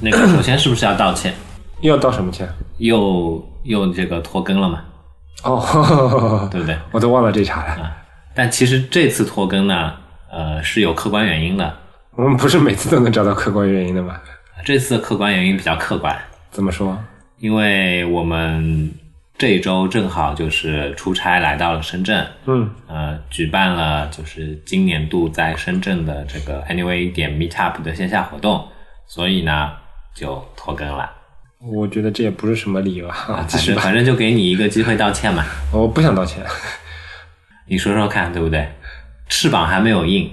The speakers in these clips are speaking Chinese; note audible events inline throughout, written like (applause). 那个首先是不是要道歉？又要道什么歉？又又这个拖更了嘛，哦，啊对不对？ (laughs) 我都忘了这茬了。但其实这次拖更呢，呃，是有客观原因的。我们不是每次都能找到客观原因的吗？这次的客观原因比较客观，怎么说？因为我们这一周正好就是出差来到了深圳，嗯呃，举办了就是今年度在深圳的这个 Anyway 点 Meetup 的线下活动，所以呢就拖更了。我觉得这也不是什么理由啊。继反续正吧，反正就给你一个机会道歉嘛， (laughs) 我不想道歉。你说说看，对不对？翅膀还没有硬，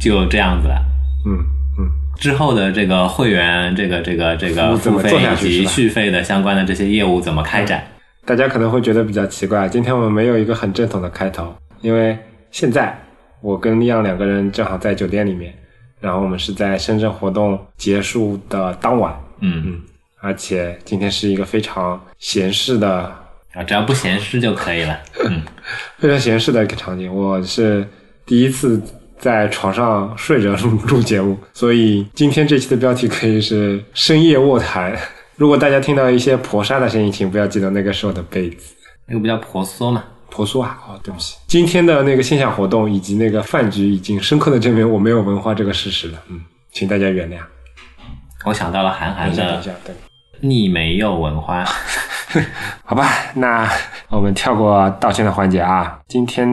就这样子了。嗯嗯，之后的这个会员、这个这个这个服务怎付么费做下以去及是吧续费的相关的这些业务怎么开展？大家可能会觉得比较奇怪，啊今天我们没有一个很正统的开头，因为现在我跟利昂两个人正好在酒店里面，然后我们是在深圳活动结束的当晚，嗯，嗯，而且今天是一个非常闲适的啊，只要不闲适就可以了。嗯，非常闲适的一个场景。我是第一次在床上睡着 (laughs) 录录节目，所以今天这期的标题可以是“深夜卧谈”。如果大家听到一些婆娑的声音，请不要记得那个是我的被子。那个不叫婆娑嘛？婆娑啊，哦，对不起，今天的那个线下活动以及那个饭局已经深刻的证明我没有文化这个事实了。嗯，请大家原谅。我想到了韩等寒一下，等一的下，对， 《你没有文 (laughs) 化》，好吧，那我们跳过道歉的环节啊。今天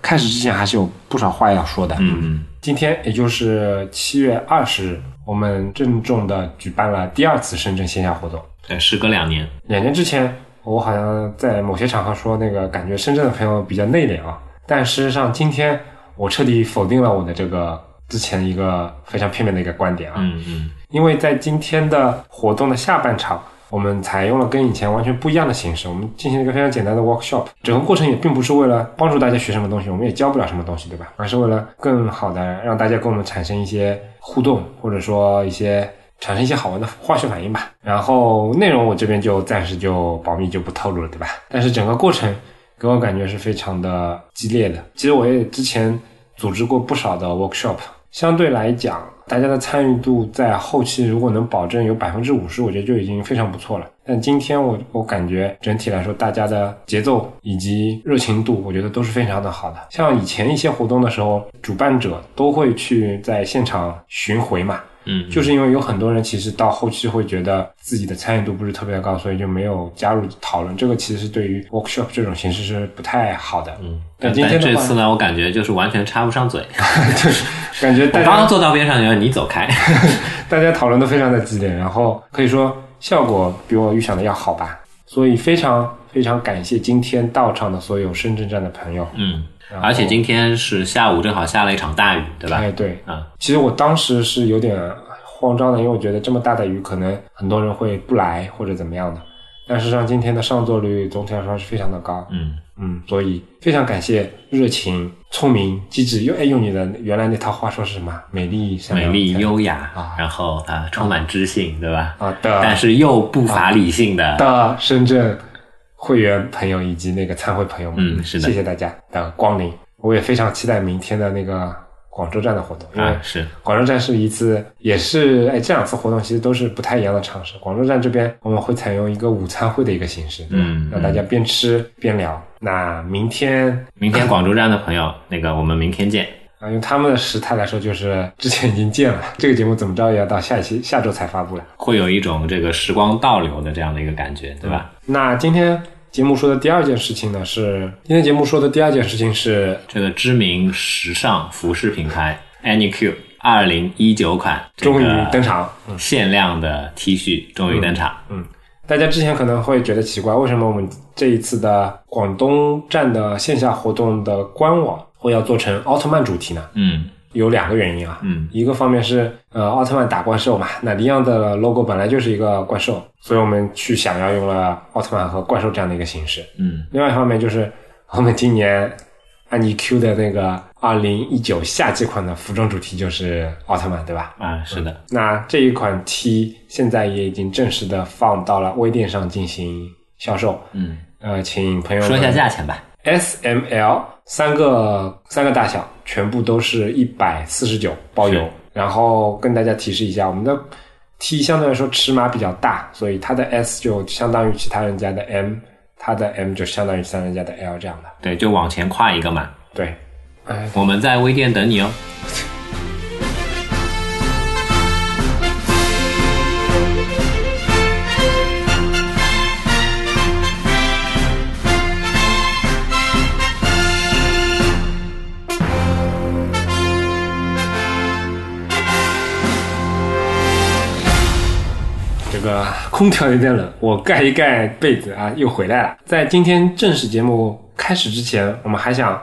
开始之前还是有不少话要说的。嗯，今天也就是七月二十日，我们郑重的举办了第二次深圳线下活动。对，时隔两年，两年之前，我好像在某些场合说，那个感觉深圳的朋友比较内敛啊。但事实上，今天我彻底否定了我的这个之前一个非常片面的一个观点啊。嗯嗯，因为在今天的活动的下半场，我们采用了跟以前完全不一样的形式，我们进行了一个非常简单的 workshop。整个过程也并不是为了帮助大家学什么东西，我们也教不了什么东西，对吧？而是为了更好的让大家跟我们产生一些互动，或者说一些产生一些好玩的化学反应吧。然后内容我这边就暂时就保密，就不透露了，对吧？但是整个过程给我感觉是非常的激烈的。其实我也之前组织过不少的 workshop，相对来讲，大家的参与度在后期如果能保证有百分之五十，我觉得就已经非常不错了。但今天我我感觉整体来说，大家的节奏以及热情度，我觉得都是非常的好的。像以前一些活动的时候，主办者都会去在现场巡回嘛，嗯，就是因为有很多人其实到后期会觉得自己的参与度不是特别高，所以就没有加入讨论。这个其实对于 workshop 这种形式是不太好的。嗯，但但今天的这话次，呢，我感觉就是完全插不上 (laughs) 嘴。感觉大我家刚坐到边上，然后你走开。大家讨论的非常的激烈，然后可以说效果比我预想的要好吧。所以非常非常感谢今天到场的所有深圳站的朋友。嗯，然后而且今天是下午，正好下了一场大雨，对吧？哎，对，啊，其实我当时是有点慌张的，因为我觉得这么大的雨，可能很多人会不来或者怎么样的。但事实上，今天的上座率总体来说是非常的高。嗯，嗯，所以非常感谢热情、聪明、机智，用哎用你的原来那套话说是什么？美丽、善美良丽、优雅啊，然后啊，充满知性，对吧？啊但的是又不乏理性的。的深圳会员朋友以及那个参会朋友们，嗯是的谢谢大家的光临。我也非常期待明天的那个广州站的活动，因为啊，是，广州站是一次，也是哎，这两次活动其实都是不太一样的尝试。广州站这边我们会采用一个午餐会的一个形式，对吧嗯让大家边吃边聊。那明天明天广州站的朋友，那个我们明天见。啊，用他们的时态来说，就是之前已经见了，这个节目怎么着也要到下一期下周才发布了。会有一种这个时光倒流的这样的一个感觉，对吧？那今天节目说的第二件事情呢，是今天节目说的第二件事情是这个知名时尚服饰品牌 AnyQ 二零一九款这终于登个场。嗯限量的 T 恤终于登场。大家之前可能会觉得奇怪，为什么我们这一次的广东站的线下活动的官网会要做成奥特曼主题呢？嗯有两个原因啊，嗯一个方面是呃奥特曼打怪兽嘛，那里昂的 logo 本来就是一个怪兽，所以我们去想要用了奥特曼和怪兽这样的一个形式。嗯另外一方面就是我们今年安妮 Q 的那个二零一九夏季款的服装主题就是奥特曼，对吧？啊，是的，那这一款 T 现在也已经正式的放到了微店上进行销售。嗯，呃，请朋友们说一下价钱吧。 S、M、L 三个三个大小，全部都是一百四十九包邮。然后跟大家提示一下，我们的 T 相对来说尺码比较大，所以它的 S 就相当于其他人家的 M，它的 M 就相当于其他人家的 L 这样的。对，就往前跨一个嘛。对，哎，我们在微店等你哦。这个空调有点冷，我盖一盖被子啊，又回来了。在今天正式节目开始之前，我们还想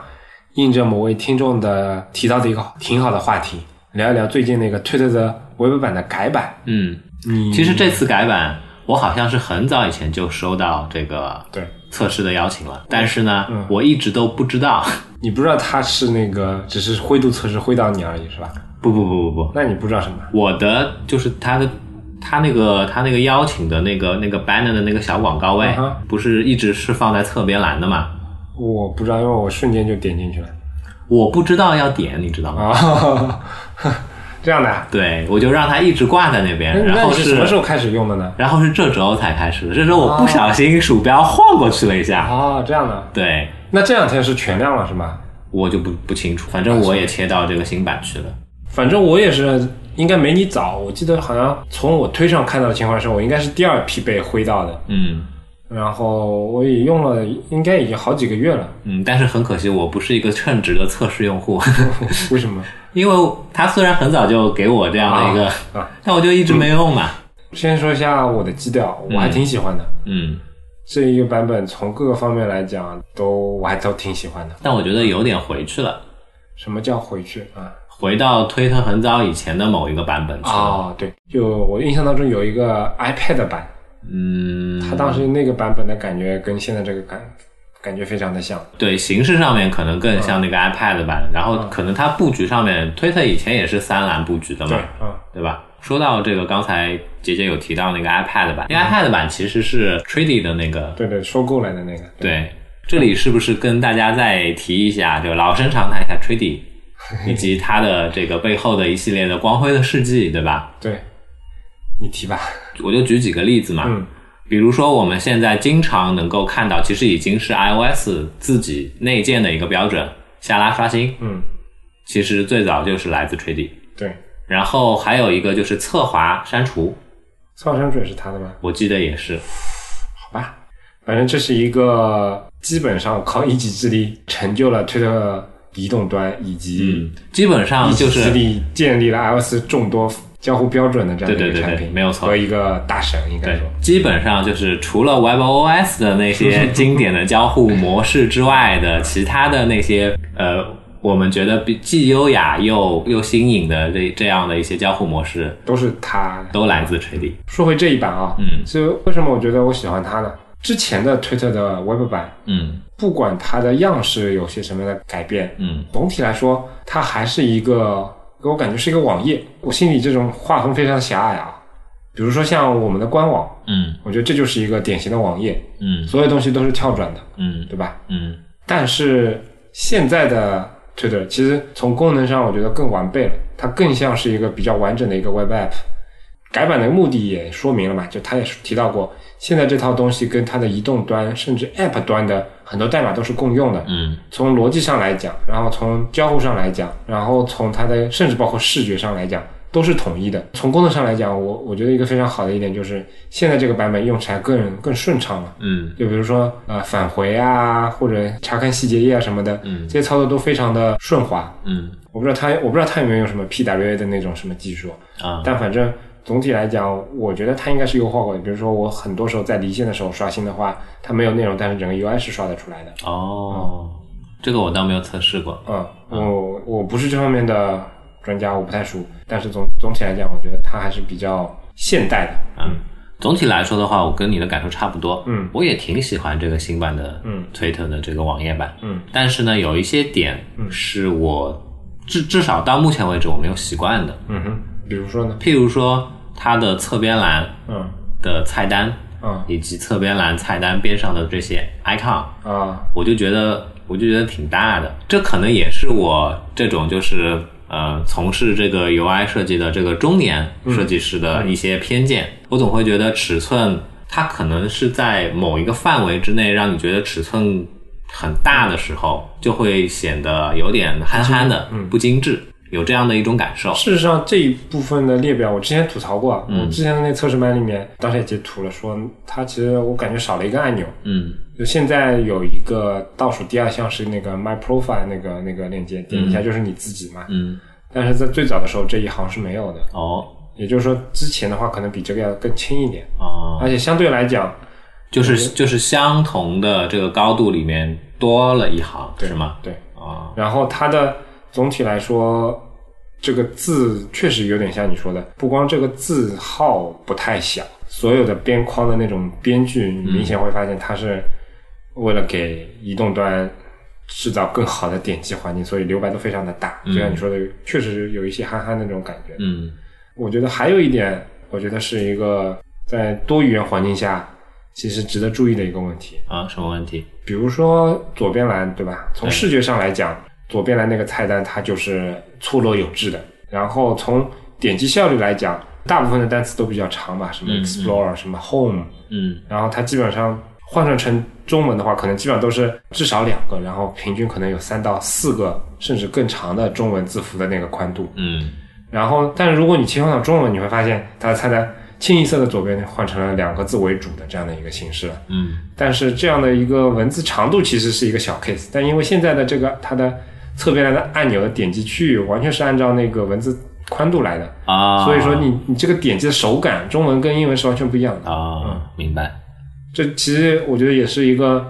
应着某位听众的提到的一个挺好的话题，聊一聊最近那个推特的 Web 版的改版。嗯，你其实这次改版，我好像是很早以前就收到这个对测试的邀请了，但是呢，嗯我一直都不知道。 (laughs) 你不知道它是那个只是灰度测试灰到你而已是吧？不不不不不，那你不知道什么？我的就是他的，他那个他那个邀请的那个那个 banner 的那个小广告位嗯哼不是一直是放在侧边栏的嘛？我不知道，因为我瞬间就点进去了我不知道要点，你知道吗？啊， (laughs) 这样的啊。对，我就让它一直挂在那边，哎然那后你什么时是，候啊开始用的呢？然后是这周才开始的。这周我不小心鼠标晃过去了一下，哦，这样的。对那这两天是全亮了是吗？我就不不清楚，反正我也切到这个新版去了。反正我也是，应该没你早。我记得好像从我推上看到的情况是，我应该是第二批被灰到的。嗯然后我也用了，应该已经好几个月了。 (laughs) 嗯，但是很可惜，我不是一个称职的测试用户， (laughs) 为什么？因为他虽然很早就给我这样的一个，啊啊但我就一直没用嘛。先说一下我的基调，我还挺喜欢的。嗯，这一个版本从各个方面来讲，都我还都挺喜欢的。但我觉得有点回去了，什么叫回去啊？回到推特很早以前的某一个版本去了。哦，对，就我印象当中有一个 iPad 版，嗯，它当时那个版本的感觉跟现在这个感感觉非常的像。对形式上面可能更像那个 iPad 版，然后可能它布局上面，推特以前也是三栏布局的嘛，嗯，对吧？说到这个，刚才杰杰有提到那个 iPad 版，那个 iPad 版其实是 Trady 的那个，对对，收购来的那个。对对，这里是不是跟大家再提一下，就老生常谈一下 (laughs) Trady，以及它的这个背后的一系列的光辉的事迹，对吧？对，你提吧。我就举几个例子嘛，嗯比如说我们现在经常能够看到，其实已经是 iOS 自己内建的一个标准，下拉刷新，嗯，其实最早就是来自 Trady，对，然后还有一个就是侧滑删除，创伤准是他的吗？我记得也是，好吧，反正这是一个基本上靠一己之力成就了推特移动端以及嗯，基本上一己就之是力建立了 iOS 众多交互标准的这样的对一个对对产对品，没有错和一个大神应该对说。，基本上就是除了 WebOS 的那些经典的交互模式之外的，其他的那些呃，我们觉得比既优雅又又新颖的这这样的一些交互模式，都是他。都来自 Trady。说回这一版啊，嗯所以为什么我觉得我喜欢它呢？之前的推特的 Web 版，嗯不管它的样式有些什么样的改变，嗯总体来说，它还是一个给我感觉是一个网页。我心里这种划分非常狭隘啊。比如说像我们的官网，嗯我觉得这就是一个典型的网页，嗯所有东西都是跳转的，嗯对吧？嗯但是现在的 Twitter 其实从功能上我觉得更完备了，它更像是一个比较完整的一个 Web App。改版的目的也说明了嘛，就他也提到过，现在这套东西跟它的移动端甚至 App 端的很多代码都是共用的，嗯从逻辑上来讲，然后从交互上来讲，然后从它的甚至包括视觉上来讲，都是统一的。从功能上来讲，我我觉得一个非常好的一点就是，现在这个版本用起来更更顺畅了。嗯就比如说呃返回啊，或者查看细节页啊什么的，嗯这些操作都非常的顺滑。嗯我不知道它我不知道它有没有用什么 PWA 的那种什么技术，啊但反正总体来讲，我觉得它应该是优化过的。比如说我很多时候在离线的时候刷新的话，它没有内容，但是整个 UI 是刷得出来的。哦，这个我倒没有测试过。嗯，我我不是这方面的专家，我不太熟，但是总总体来讲，我觉得它还是比较现代的。嗯，总体来说的话，我跟你的感受差不多。嗯，我也挺喜欢这个新版的，嗯，推特的这个网页版。嗯，但是呢，有一些点是我至至少到目前为止我没有习惯的，嗯哼，比如说呢？譬如说它的侧边栏嗯的菜单，嗯以及侧边栏菜单边上的这些 icon，啊我就觉得我就觉得挺大的，这可能也是我这种就是呃从事这个 UI 设计的这个中年设计师的一些偏见。我总会觉得尺寸它可能是在某一个范围之内，让你觉得尺寸很大的时候，就会显得有点憨憨的、不精致，有这样的一种感受。事实上，这一部分的列表我之前吐槽过啊，嗯我之前的那测试版里面，当时也截图了，说它其实我感觉少了一个按钮。嗯就现在有一个倒数第二项是那个 My Profile 那个那个链接，点一下就是你自己嘛。嗯，但是在最早的时候，这一行是没有的。哦也就是说，之前的话可能比这个要更轻一点，哦，而且相对来讲，就是就是相同的这个高度里面多了一行，是吗？对。啊、然后它的总体来说，这个字确实有点像你说的，不光这个字号不太小，所有的边框的那种边距，你明显会发现它是为了给移动端制造更好的点击环境，所以留白都非常的大。就像你说的，确实有一些憨憨的那种感觉。嗯我觉得还有一点，我觉得是一个在多语言环境下其实值得注意的一个问题。啊，什么问题？比如说左边栏，对吧？从视觉上来讲，左边栏那个菜单它就是错落有致的。然后从点击效率来讲，大部分的单词都比较长嘛，什么 explore，、什么 home，嗯然后它基本上换算成中文的话，可能基本上都是至少两个，然后平均可能有三到四个，甚至更长的中文字符的那个宽度。嗯然后，但是如果你切换到中文，你会发现它的菜单清一色的左边换成了两个字为主的这样的一个形式了。嗯但是这样的一个文字长度其实是一个小 case，但因为现在的这个它的侧边栏的按钮的点击区域完全是按照那个文字宽度来的，啊，所以说你你这个点击的手感，中文跟英文是完全不一样的。啊、嗯明白。这其实我觉得也是一个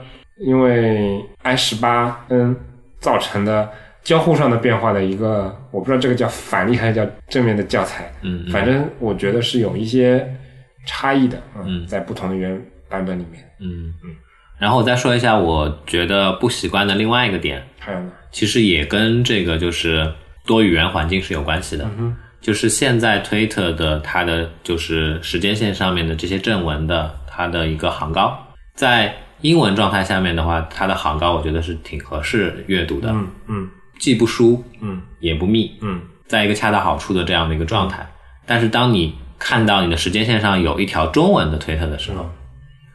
因为 i 十八嗯造成的交互上的变化的一个，我不知道这个叫反例还是叫正面的教材，嗯嗯反正我觉得是有一些差异的，嗯，嗯在不同的原版本里面，嗯嗯。然后我再说一下，我觉得不习惯的另外一个点，还有呢，其实也跟这个就是多语言环境是有关系的。嗯哼就是现在 Twitter 的它的就是时间线上面的这些正文的它的一个行高，在英文状态下面的话，它的行高我觉得是挺合适阅读的，嗯嗯既不疏嗯也不密，嗯在一个恰到好处的这样的一个状态。但是当你看到你的时间线上有一条中文的推特的时候，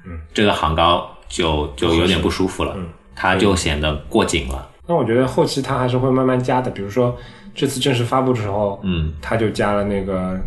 嗯，这个行高就就有点不舒服了，嗯它就显得过紧了，那我觉得后期它还是会慢慢加的，比如说这次正式发布之后，嗯，它就加了那个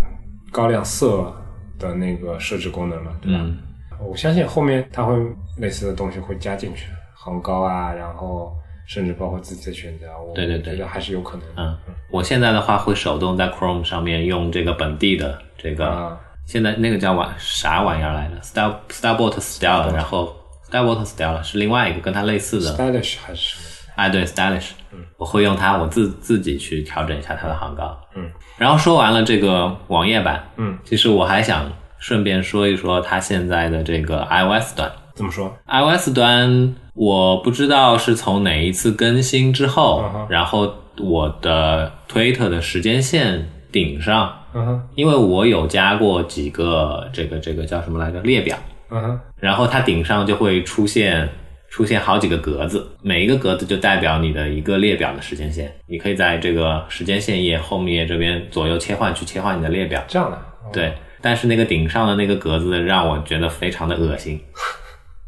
高亮色的那个设置功能了，对吧？嗯我相信后面它会类似的东西会加进去，行高啊，然后甚至包括自己的选择，我对对对觉得还是有可能的嗯，我现在的话会手动在 Chrome 上面用这个本地的这个，啊。现在那个叫玩啥玩意儿来着？Star Starboard 死掉了，然后 Starboard 死掉了，是另外一个跟它类似的， Stylish 还是什么？哎，对，stylish，我嗯会用它，我自自己去调整一下它的行高。嗯，然后说完了这个网页版，嗯，其实我还想顺便说一说它现在的这个 iOS 端。怎么说？ iOS 端我不知道是从哪一次更新之后，嗯哼然后我的 Twitter 的时间线顶上，嗯哼，因为我有加过几个这个这个叫什么来着列表，嗯哼，然后它顶上就会出现出现好几个格子，每一个格子就代表你的一个列表的时间线。你可以在这个时间线页后面这边左右切换去切换你的列表。这样的。哦，对，但是那个顶上的那个格子让我觉得非常的恶心，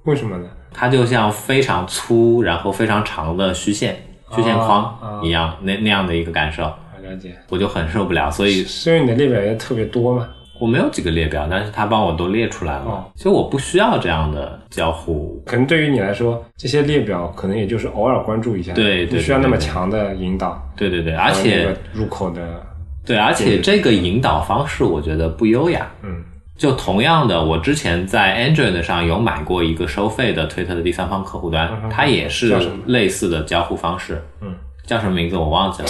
为什么呢？它就像非常粗然后非常长的虚线虚线啊框一样，那那样的一个感受，我啊了解，我就很受不了。所以是因为你的列表也特别多嘛？我没有几个列表，但是他帮我都列出来了哦，其实我不需要这样的交互。可能对于你来说，这些列表可能也就是偶尔关注一下，对对不需要那么对对强的引导，对对对，而还有且哦那个入口的，对，而且这个引导方式我觉得不优雅。嗯就同样的，我之前在 Android 上有买过一个收费的推特的第三方客户端，嗯哼它也是叫什么类似的交互方式，嗯，叫什么名字我忘 (laughs) 记了，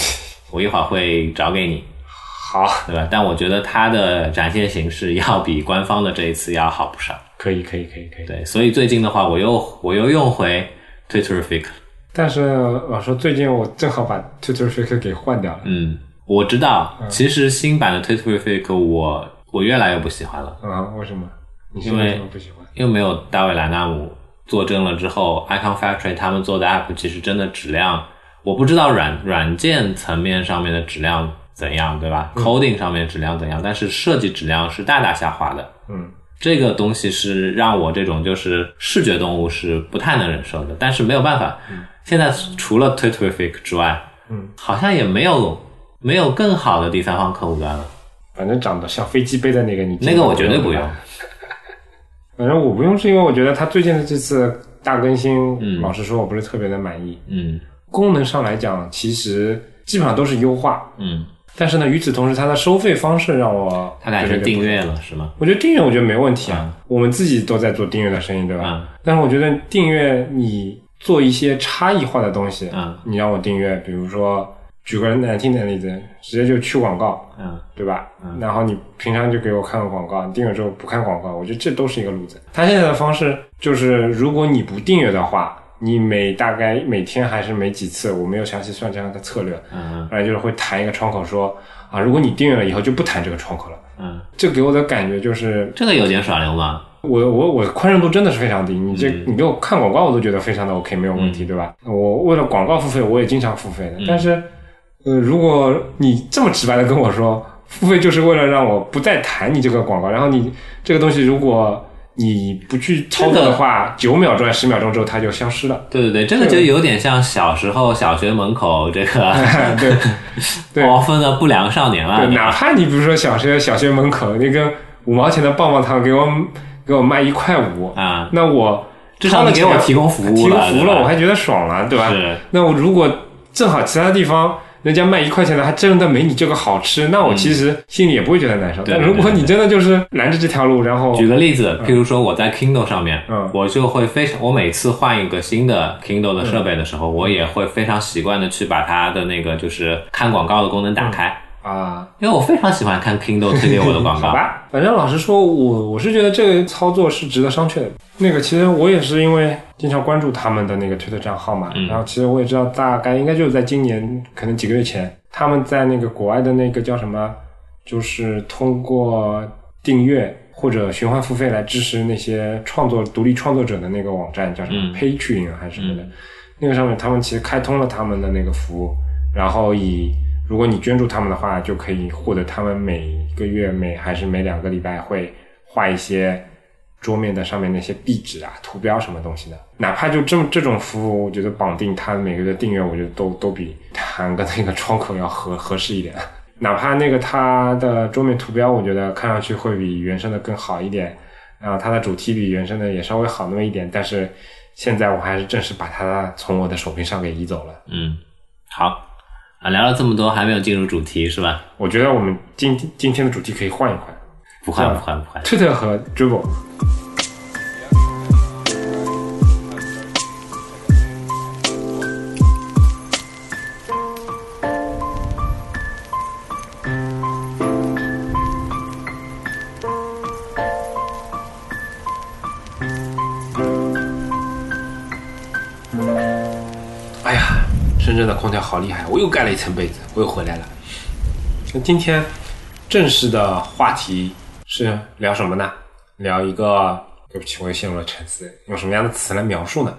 我一会儿会找给你，好，对吧？但我觉得它的展现形式要比官方的这一次要好不少。可以可以可以可以。对，所以最近的话，我又我又用回 Twitterific 了但是老实说，最近我正好把 Twitter f i c 给换掉了，嗯，我知道，嗯其实新版的 Twitterific 我我越来越不喜欢了，啊、为什么？你是嗯因为什么不喜欢？因为没有大卫莱纳姆作证了之后，Icon Factory 他们做的 app 其实真的质量，我不知道软软件层面上面的质量怎样，对吧？coding 上面质量怎样，但是设计质量是大大下滑的。嗯，这个东西是让我这种就是视觉动物是不太能忍受的，但是没有办法。现在除了 Twitterific 之外，嗯，好像也没有没有更好的第三方客户端了。反正长得像飞机杯的那个你那个我绝对不用。反正我不用是因为我觉得它最近的这次大更新，老实说我不是特别的满意。嗯功能上来讲，其实基本上都是优化，嗯，但是呢，与此同时它的收费方式让我他改觉成得有点订阅了是吗？我觉得订阅我觉得没问题啊，我们自己都在做订阅的生意，对吧？嗯但是我觉得订阅你做一些差异化的东西，嗯你让我订阅，比如说举个难听点的例子，直接就去广告，嗯对吧？然后你平常就给我看个广告，你订阅之后不看广告，我觉得这都是一个路子。他现在的方式就是，如果你不订阅的话，你每大概每天还是每几次，我没有详细算这样的策略，嗯反正哎就是会弹一个窗口说啊，如果你订阅了以后就不弹这个窗口了。嗯，这给我的感觉就是，这个有点耍流氓。我我我宽容度真的是非常低。你这、你给我看广告，我都觉得非常的 OK，没有问题，对吧？我为了广告付费，我也经常付费的。但是，呃，如果你这么直白的跟我说，付费就是为了让我不再谈你这个广告，然后你这个东西，如果你不去操作的话，九秒钟、十秒钟之后它就消 (laughs) 失了。 (laughs) 对对对，这个就有点像小时候小学门口这个对对划分的不良少年了。对，啊对吧哪怕你比如说小学小学门口那个五毛钱的棒棒糖给我给我卖一块五，啊，那我至少掏了你给我钱提供服务提供了，服务对吧了，我还觉得爽了，对吧？是那我如果正好其他地方人家卖一块钱的，还真的没你这个好吃，那我其实心里也不会觉得难受。嗯对但如果你真的就是拦着这条路，然后举个例子，譬如说我在 Kindle 上面，嗯我就会非常，我每次换一个新的 Kindle 的设备的时嗯候，我也会非常习惯的去把它的那个就是看广告的功能打开，啊，因为我非常喜欢看 Kindle 推给我的广好告。(laughs) 吧，反正老实说，我我是觉得这个操作是值得商榷的。那个其实我也是因为经常关注他们的那个推特账号嘛，嗯然后其实我也知道，大概应该就是在今年可能几个月前，他们在那个国外的那个叫什么，就是通过订阅。或者循环付费来支持那些创作独立创作者的那个网站叫什么嗯 Patreon 啊还是什么的，那个上面他们其实开通了他们的那个服务，然后以如果你捐助他们的话，就可以获得他们每个月每还是每两个礼拜会画一些桌面的上面那些壁纸啊、图标什么东西的。哪怕就这么这种服务，我觉得绑定他每个月的订阅，我觉得都都比弹个那个窗口要合合适一点。哪怕那个它的桌面图标，我觉得看上去会比原生的更好一点，然后它的主题比原生的也稍微好那么一点，但是现在我还是正式把它从我的手柄上给移走了。嗯，好啊，聊了这么多，还没有进入主题是吧？我觉得我们今今天的主题可以换一换不换这样不换不换。 ，Twitter 和 Dribble。哎呀，深圳的空调好厉害，我又盖了一层被子，我又回来了。那今天正式的话题是聊什么呢？聊一个，对不起，我又陷入了沉思，用什么样的词来描述呢？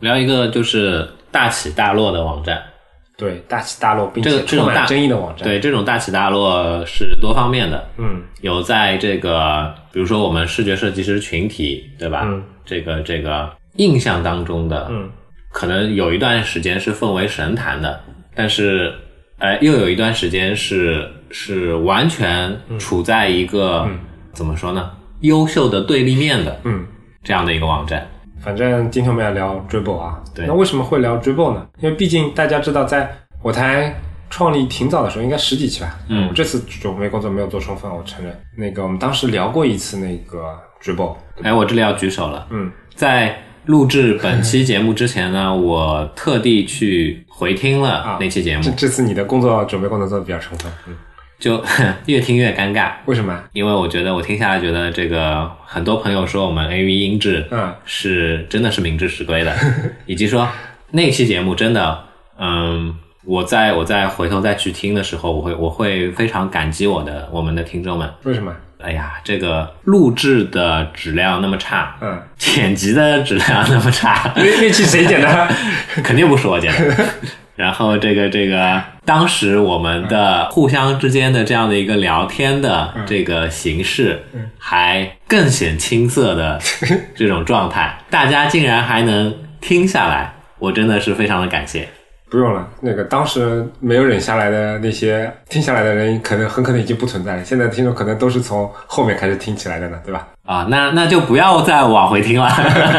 聊一个就是大起大落的网站，对，大起大落，并这且个这种充大满争议的网站。，对这种大起大落是多方面的，嗯，有在这个，比如说我们视觉设计师群体，对吧？嗯这个这个印象当中的，嗯，可能有一段时间是奉为神坛的，但是，哎、又有一段时间是是完全嗯处在一个、怎么说呢，优秀的对立面的，嗯，这样的一个网站，反正今天我们要聊 Dribble 啊。对那为什么会聊 Dribble 呢？因为毕竟大家知道，在我台创立挺早的时候，应该十几期吧。嗯我这次准备工作没有做充分，我承认。那个我们当时聊过一次那个 Dribble，哎，我这里要举手了。嗯，在录制本期节目之前呢，我特地去回听了那期节目，这这次你的工作准备工作做的比较充分。嗯，就 (laughs) 越听越尴尬。为什么？因为我觉得我听下来觉得这个很多朋友说我们 A V 音质，嗯是真的是名至实归的，以及说那期节目真的，嗯，我在我在回头再去听的时候，我会我会非常感激我的我们的听众们。为什么？哎呀，这个录制的质量那么差，嗯，剪辑的质量那么差， (laughs) 那那期谁剪的？肯定不是我剪的。 (laughs) 然后这个这个，当时我们的互相之间的这样的一个聊天的这个形式，还更显青涩的这种状态，大家竟然还能听下来，我真的是非常的感谢。 (laughs) 不用了，那个当时没有忍下来的那些听下来的人，可能很可能已经不存在了。现在的听众可能都是从后面开始听起来的呢，对吧？啊，那那就不要再往回听了。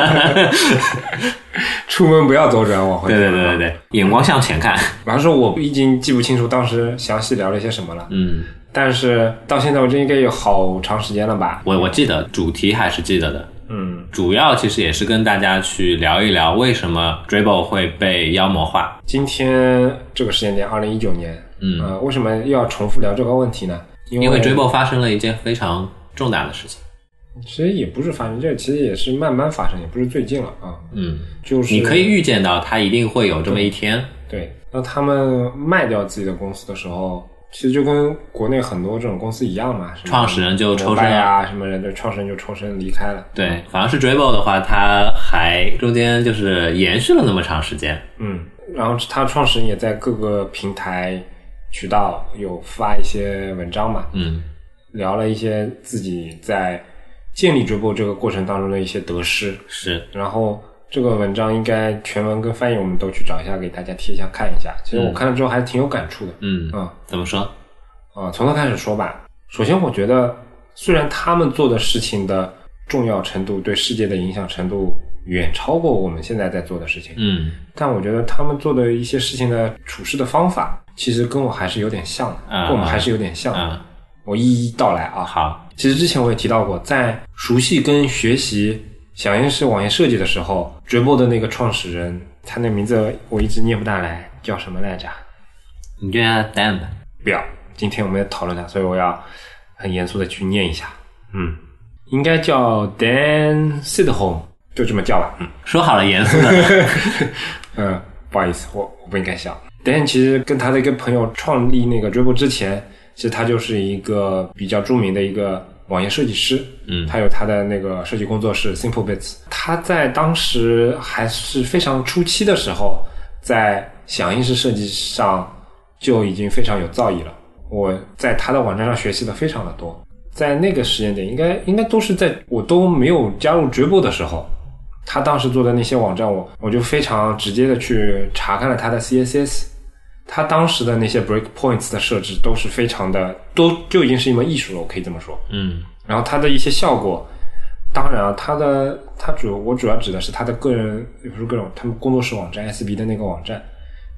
(laughs) 出门不要左转，往回对对走。对对对，眼光向前看。然后说我已经记不清楚当时详细聊了一些什么了，嗯，但是到现在我这应该有好长时间了吧？我我记得主题还是记得的，嗯，主要其实也是跟大家去聊一聊为什么 Dribble 会被妖魔化。今天这个时间点，二零一九年，嗯呃，为什么又要重复聊这个问题呢？因因为 Dribble 发生了一件非常重大的事情。其实也不是发生，这其实也是慢慢发生，也不是最近了啊。嗯，就是你可以预见到它一定会有这么一天。对，当他们卖掉自己的公司的时候，其实就跟国内很多这种公司一样嘛，什么创始人就抽摩身嗯拜了。啊，什么人的创始人就抽身离开了。对，反而是 Dribble 的话，它还中间就是延续了那么长时间。嗯，然后他创始人也在各个平台渠道有发一些文章嘛，嗯聊了一些自己在建立 Dribble 这个过程当中的一些得失。，是，然后这个文章应该全文跟翻译我们都去找一下，给大家贴一下看一下。其实我看了之后还挺有感触的。嗯，嗯怎么说？啊，从头开始说吧。首先，我觉得虽然他们做的事情的重要程度、对世界的影响程度远超过我们现在在做的事情，嗯但我觉得他们做的一些事情的处事的方法，其实跟我还是有点像的，啊跟我们还是有点像的。啊，我一一道来啊。好，其实之前我也提到过，在熟悉跟学习响应式网页设计的时候，Dribble 的那个创始人，他那名字我一直念不大来，叫什么来着？你就让它 damn 吧。不要，今天我们要讨论它，所以我要很严肃的去念一下。嗯，应该叫 Dan Sidholm，就这么叫吧。嗯说好了严肃 (laughs) 的，嗯，不好意思，我我不应该笑。Dan 其实跟他的一个朋友创立那个 Dribble 之前，其实他就是一个比较著名的一个网页设计师。嗯他有他的那个设计工作室 Simple Bits。他在当时还是非常初期的时候，在响应式设计上就已经非常有造诣了。我在他的网站上学习的非常的多。在那个时间点，应该应该都是在我都没有加入 Dribble 的时候，他当时做的那些网站我，我就非常直接的去查看了他的 CSS，他当时的那些 breakpoints 的设置都是非常的，都就已经是一门艺术了，我可以这么说。嗯然后它的一些效果，当然啊，它的它主我主要指的是它的个人，也不是各种，他们工作室网站 SB 的那个网站，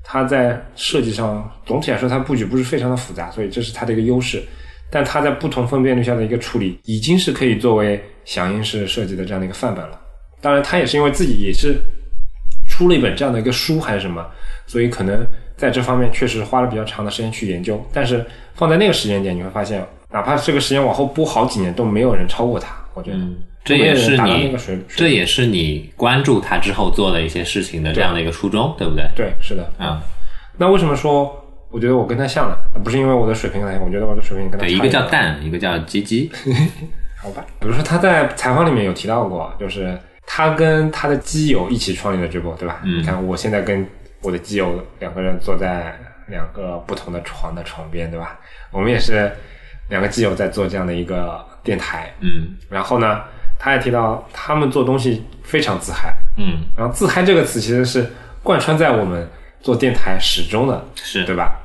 它在设计上总体来说它布局不是非常的复杂，所以这是它的一个优势。但它在不同分辨率下的一个处理，已经是可以作为响应式设计的这样的一个范本了。当然，它也是因为自己也是出了一本这样的一个书还是什么，所以可能在这方面确实花了比较长的时间去研究。但是放在那个时间点，你会发现，哪怕这个时间往后拨好几年，都没有人超过他。我觉得，嗯，这都没有也人是达到那你个水水这也是你关注他之后做的一些事情的这样的一个初衷，对不对？嗯对，嗯是的。啊，那为什么说我觉得我跟他像呢？不是因为我的水平来，我觉得我的水平跟他差对，一点个叫蛋，一个叫鸡鸡。好吧。比如说他在采访里面有提到过，就是他跟他的基友一起创立的直播，对吧？嗯你看我现在跟我的基友两个人坐在两个不同的床的床边，对吧？我们也是两个基友在做这样的一个电台。嗯然后呢，他还提到他们做东西非常自嗨，嗯，然后自嗨这个词其实是贯穿在我们做电台始终的，是对吧？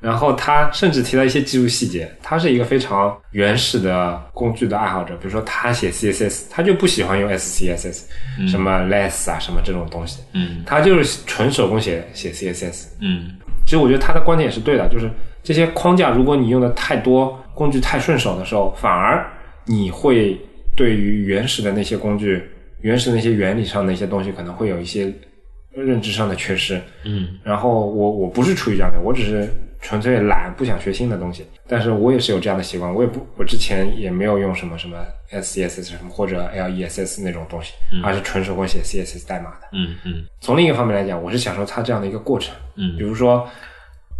然后他甚至提到一些技术细节，他是一个非常原始的工具的爱好者，比如说他写 CSS，他就不喜欢用 SCSS，、什么 less 啊什么这种东西，嗯他就是纯手工写写 CSS。嗯其实我觉得他的观点也是对的，就是这些框架，如果你用的太多，工具太顺手的时候，反而你会对于原始的那些工具、原始的那些原理上的一些东西，可能会有一些认知上的缺失。嗯然后我我不是出于这样的，我只是纯粹懒，不想学新的东西。但是我也是有这样的习惯，我也不我之前也没有用什么什么 SCSS 什么或者 LESS 那种东西，而是纯手工写 CSS 代码的。嗯嗯从另一个方面来讲，我是享受它这样的一个过程。比嗯如说，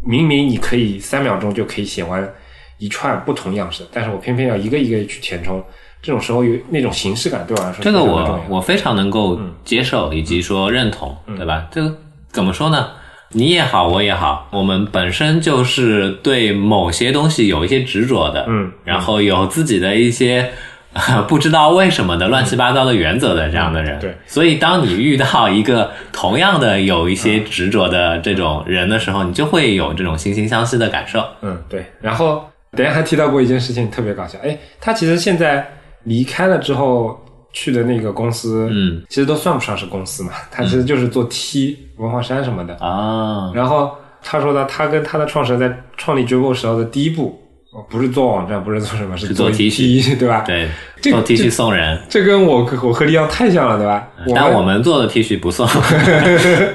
明明你可以三秒钟就可以写完一串不同样式，但是我偏偏要一个一个去填充，这种时候有那种形式感对我来说这个非常的重我要嗯我非常能够接受以及说认同，对吧？这个怎么说呢？你也好，我也好，我们本身就是对某些东西有一些执着的，嗯然后有自己的一些。 (laughs) 呃不知道为什么的乱七八糟的原则的这样的人，嗯对所以当你遇到一个同样的有一些执着的这种人的时候，你就会有这种惺惺相惜的感受。嗯，对。然后等一下还提到过一件事情，特别搞笑。哎，他其实现在离开了之后去的那个公司，嗯，其实都算不上是公司嘛，他其实就是做 T 文化衫什么的。啊，然后他说呢，他跟他的创始人在创立 j u b o 时候的第一步，哦不是做网站，不是做什么，是是做 T 一恤 T，对吧？，对，这做 T 恤送人，这跟我我和李阳太像了，对吧？ (laughs) 但我们们做的 T 恤不 (laughs) 送，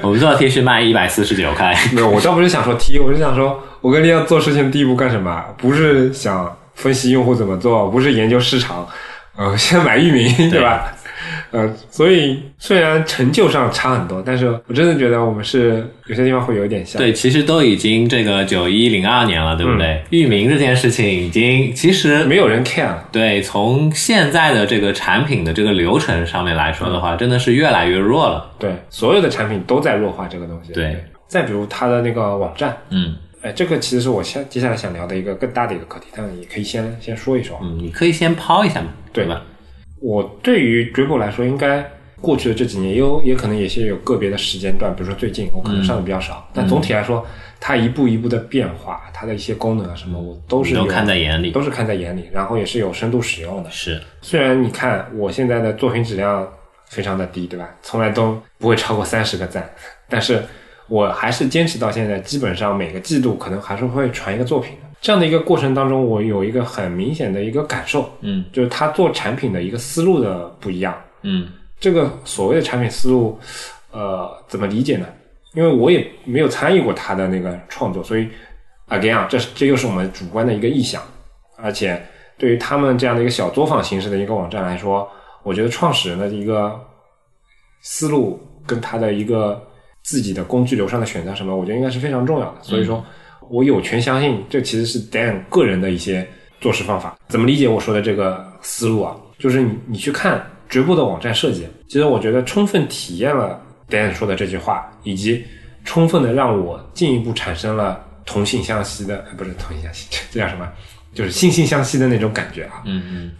我们做的 T 恤卖一百四十九 (laughs) 块。没有，我倒不是想说 T，我是想说，我跟李阳做事情的第一步干什么？啊不是想分析用户怎么做，不是研究市场，呃，先买域名，对吧？呃，所以虽然成就上差很多，但是我真的觉得我们是有些地方会有一点像。对，其实都已经这个九一零二年了，对不对？域名这件事情已经其实没有人 care 了。对，从现在的这个产品的这个流程上面来说的话，真的是越来越弱了。对，所有的产品都在弱化这个东西。对，再比如它的那个网站，嗯哎，这个其实是我下接下来想聊的一个更大的一个课题，但也可以先先说一说。啊嗯，你可以先抛一下嘛，对吧？我对于 Dribble 来说，应该过去的这几年也有，也可能也是有个别的时间段，比如说最近我可能嗯上的比较少，但总体来说，它一步一步的变化，它的一些功能啊什么，我都是你都有看在眼里。都是看在眼里，然后也是有深度使用的。是，虽然你看我现在的作品质量非常的低，对吧？从来都不会超过三十个赞， (laughs) 但是我还是坚持到现在，基本上每个季度可能还是会传一个作品的。这样的一个过程当中，我有一个很明显的一个感受，嗯就是他做产品的一个思路的不一样。嗯这个所谓的产品思路，呃，怎么理解呢？因为我也没有参与过他的那个创作，所以 again 啊，这是这又是我们主观的一个臆想。而且对于他们这样的一个小作坊形式的一个网站来说，我觉得创始人的一个思路跟他的一个自己的工具流上的选择什么，我觉得应该是非常重要的。所以说，我有权相信这其实是 Dan 个人的一些做事方法。怎么理解我说的这个思路啊？就是你你去看局部的网站设计，其实我觉得充分体验了 Dan 说的这句话，以及充分的让我进一步产生了同性相吸的，呃不是同性相吸，这这叫什么？ (laughs) 就是惺惺相惜的那种感觉啊。嗯嗯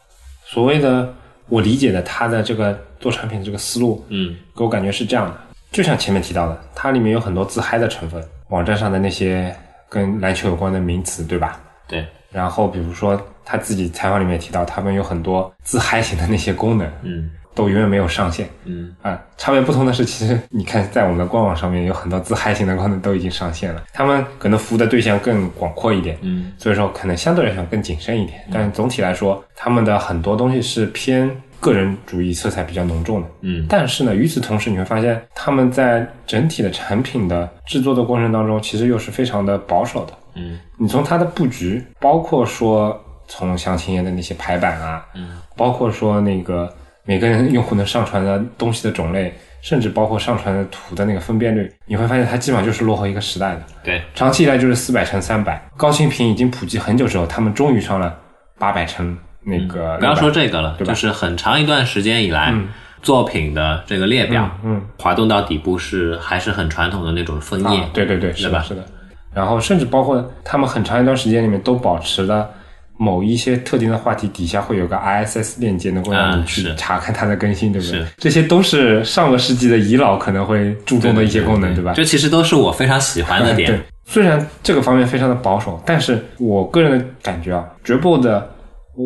所谓的我理解的他的这个做产品的这个思路，嗯给我感觉是这样的，就像前面提到的，它里面有很多自嗨的成分，网站上的那些跟篮球有关的名词，对吧？对，然后比如说他自己采访里面也提到，他们有很多自嗨型的那些功能嗯都永远没有上线嗯啊。差别不同的是，其实你看在我们的官网上面有很多自嗨型的功能都已经上线了，他们可能服务的对象更广阔一点，嗯所以说可能相对来讲更谨慎一点，但总体来说，他们的很多东西是偏个人主义色彩比较浓重的。嗯但是呢，与此同时，你会发现他们在整体的产品的制作的过程当中，其实又是非常的保守的。嗯你从它的布局，包括说从详情页的那些排版啊，嗯，包括说那个每个人用户能上传的东西的种类，甚至包括上传的图的那个分辨率，你会发现它基本上就是落后一个时代的。对，长期以来就是四百乘三百，高清屏已经普及很久之后，他们终于上了八百乘那个。嗯不要说，这个了，对吧就是很长一段时间以来，作品的这个列表，嗯，滑动到底部是还是很传统的那种分页，啊，对对对，是对吧的，是的。然后甚至包括他们很长一段时间里面都保持了某一些特定的话题底下会有个 ISS 链接，能够让你嗯去是查看它的更新，对不对是？这些都是上个世纪的遗老可能会注重的一些功能，对吧？这其实都是我非常喜欢的 (laughs) 对点。，虽然这个方面非常的保守，但是我个人的感觉啊 d r i b b l e 的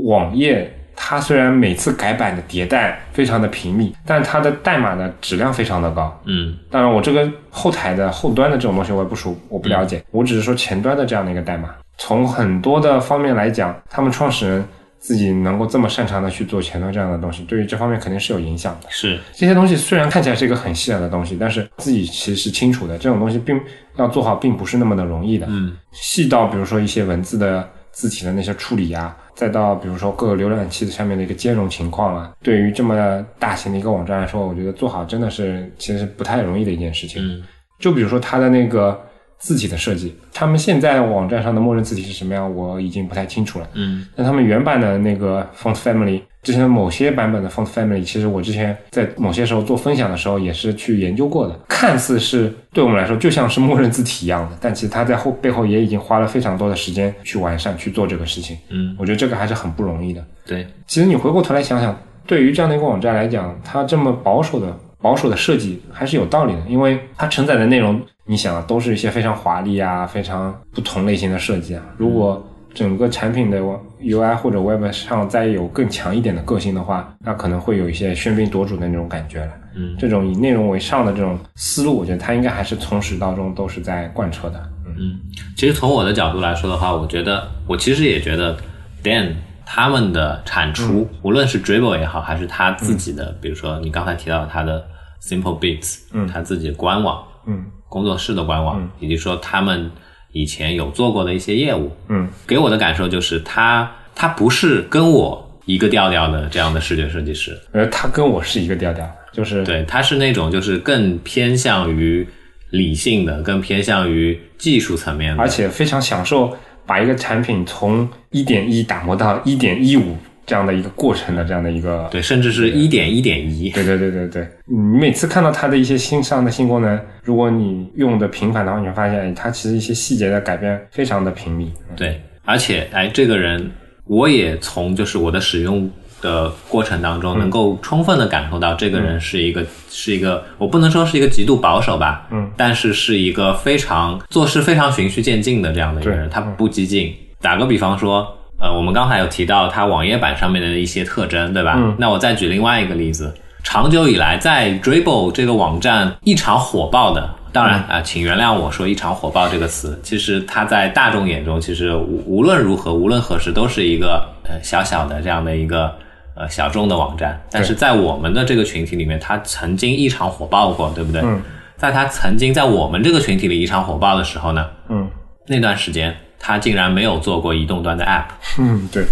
网页它虽然每次改版的迭代非常的频密，但它的代码的质量非常的高。嗯当然，我这个后台的后端的这种东西我也不熟，我不了解，我只是说前端的这样的一个代码。从很多的方面来讲，他们创始人自己能够这么擅长的去做前端这样的东西，对于这方面肯定是有影响的。是，这些东西虽然看起来是一个很细小的东西，但是自己其实是清楚的，这种东西并要做好并不是那么的容易的。嗯细到比如说一些文字的字体的那些处理啊，再到比如说各个浏览器上面的一个兼容情况啊，对于这么大型的一个网站来说，我觉得做好真的是其实是不太容易的一件事情。嗯就比如说它的那个字体的设计。他们现在网站上的默认字体是什么样，我已经不太清楚了。嗯，但他们原版的那个 font family，之前某些版本的 font family，其实我之前在某些时候做分享的时候也是去研究过的。看似是对我们来说就像是默认字体一样的，但其实它在后背后也已经花了非常多的时间去完善去做这个事情。嗯，我觉得这个还是很不容易的。对，其实你回过头来想想，对于这样的一个网站来讲，它这么保守的保守的设计还是有道理的，因为它承载的内容，你想啊，都是一些非常华丽啊、非常不同类型的设计啊。如果整个产品的 UI 或者 Web 上再有更强一点的个性的话，那可能会有一些喧宾夺主的那种感觉了。嗯，这种以内容为上的这种思路，我觉得它应该还是从始到终都是在贯彻的。嗯，其实从我的角度来说的话，我觉得我其实也觉得 Dan 他们的产出，嗯无论是 Dribble 也好，还是他自己的，比如说你刚才提到他的 Simple Beats，嗯，他自己的官网，嗯，工作室的官网，以及说他们以前有做过的一些业务，嗯，给我的感受就是他他不是跟我一个调调的这样的视觉设计师，我觉得它跟我是一个调调，就是对，他是那种就是更偏向于理性的，更偏向于技术层面的，而且非常享受把一个产品从一点一打磨到一点一五这样的一个过程的这样的一个。对，甚至是一点一点一，对对对对对，你每次看到它的一些新上的新功能，如果你用的频繁的话，你会发现哎它其实一些细节的改变非常的频密。对，而且哎，这个人我也从就是我的使用的过程当嗯中，能够充分的感受到这个人是一个、是一个，我不能说是一个极度保守吧，嗯，但是是一个非常做事非常循序渐进的这样的一个人，对嗯他不激进。打个比方说。呃，我们刚才有提到他网页版上面的一些特征，对吧？嗯那我再举另外一个例子，长久以来在 Dribble 这个网站异常火爆的，当然啊、嗯请原谅我说“异常火爆”这个词，其实它在大众眼中，其实无无论如何，无论何时，都是一个呃小小的这样的一个呃小众的网站，但是在我们的这个群体里面，它曾经异常火爆过，对不对？嗯在它曾经在我们这个群体里异常火爆的时候呢，嗯那段时间它竟然没有做过移动端的 App。嗯， (laughs) 对，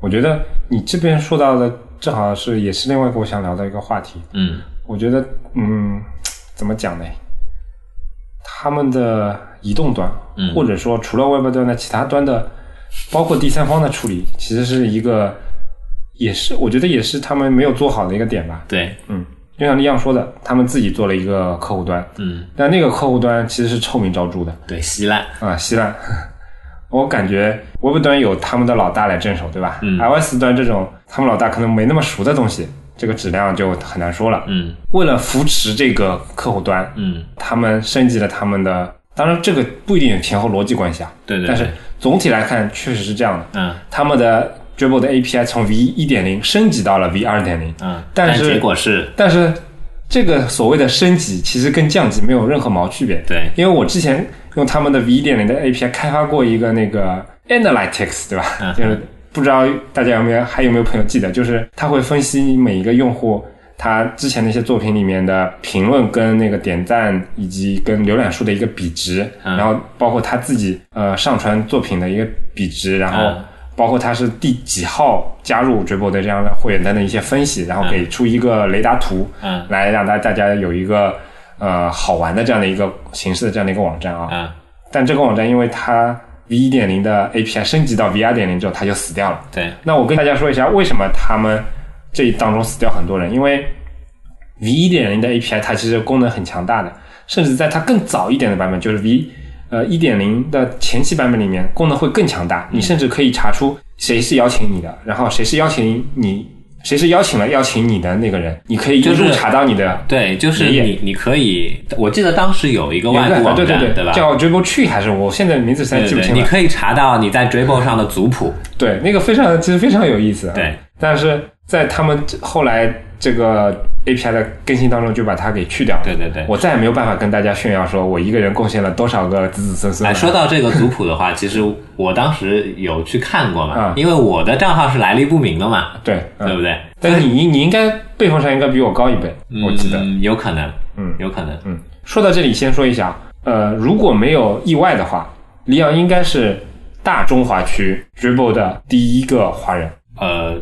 我觉得你这边说到的正好是也是另外一个我想聊的一个话题，嗯我觉得，嗯，怎么讲呢？他们的移动端，嗯或者说除了 Web 端的其他端的，包括第三方的处理，其实是一个，也是我觉得也是他们没有做好的一个点吧。对，嗯，就像利昂说的，他们自己做了一个客户端，嗯，但那个客户端其实是臭名昭著的对，稀烂。啊，稀烂。 (laughs) 我感觉 Web 端有他们的老大来镇守，对吧、嗯 i o s 端这种他们老大可能没那么熟的东西，这个质量就很难说了。嗯为了扶持这个客户端，嗯，他们升级了他们的，当然这个不一定有前后逻辑关系啊，对对对。但是总体来看确实是这样的。嗯他们的 Dribble 的 API 从 V 一点零升级到了 V 二点零，嗯，但是结果是，但是这个所谓的升级其实跟降级没有任何毛区别，对因为我之前用他们的 V 一点零的 API 开发过一个那个 Analytics，对吧？嗯就是不知道大家有没有还有没有朋友记得，就是它会分析每一个用户他之前的一些作品里面的评论跟那个点赞以及跟浏览数的一个比值，嗯然后包括他自己呃上传作品的一个比值，然后嗯包括他是第几号加入 Dribble 的这样的会员单的一些分析，然后给出一个雷达图，嗯来让大大家有一个呃好玩的这样的一个形式的这样的一个网站啊。嗯，但这个网站因为它 V 一点零的 API 升级到 V 二点零之后，它就死掉了。对，那我跟大家说一下，为什么他们这一当中死掉很多人，因为 V 一点零的 API 它其实功能很强大的，甚至在它更早一点的版本，就是 V 呃一点零的前期版本里面，功能会更强大，嗯你甚至可以查出谁是邀请你的，然后谁是邀请你，谁是邀请了邀请你的那个人，你可以一就是路查到你的。对，就是爷你，你可以，我记得当时有一个外部网站，对对对，吧？叫 Dribble Tree 还是我现在名字实在对记不对，清你了。可以查到你在 Dribble 上的族谱，对，那个非常其实非常有意思。啊对，但是在他们后来这个 API 的更新当中，就把它给去掉了。对对对。我再也没有办法跟大家炫耀说我一个人贡献了多少个子子孙孙啊哎，了。说到这个族谱的话，其实我当时有去看过嘛，嗯因为我的账号是来历不明的嘛，对，对不嗯，对？但是你你应该辈分上应该比我高一辈，我记得。嗯，有可能，嗯有可能，嗯，说到这里，先说一下，呃，如果没有意外的话，李昂应该是大中华区 Dribble 的第一个华人呃，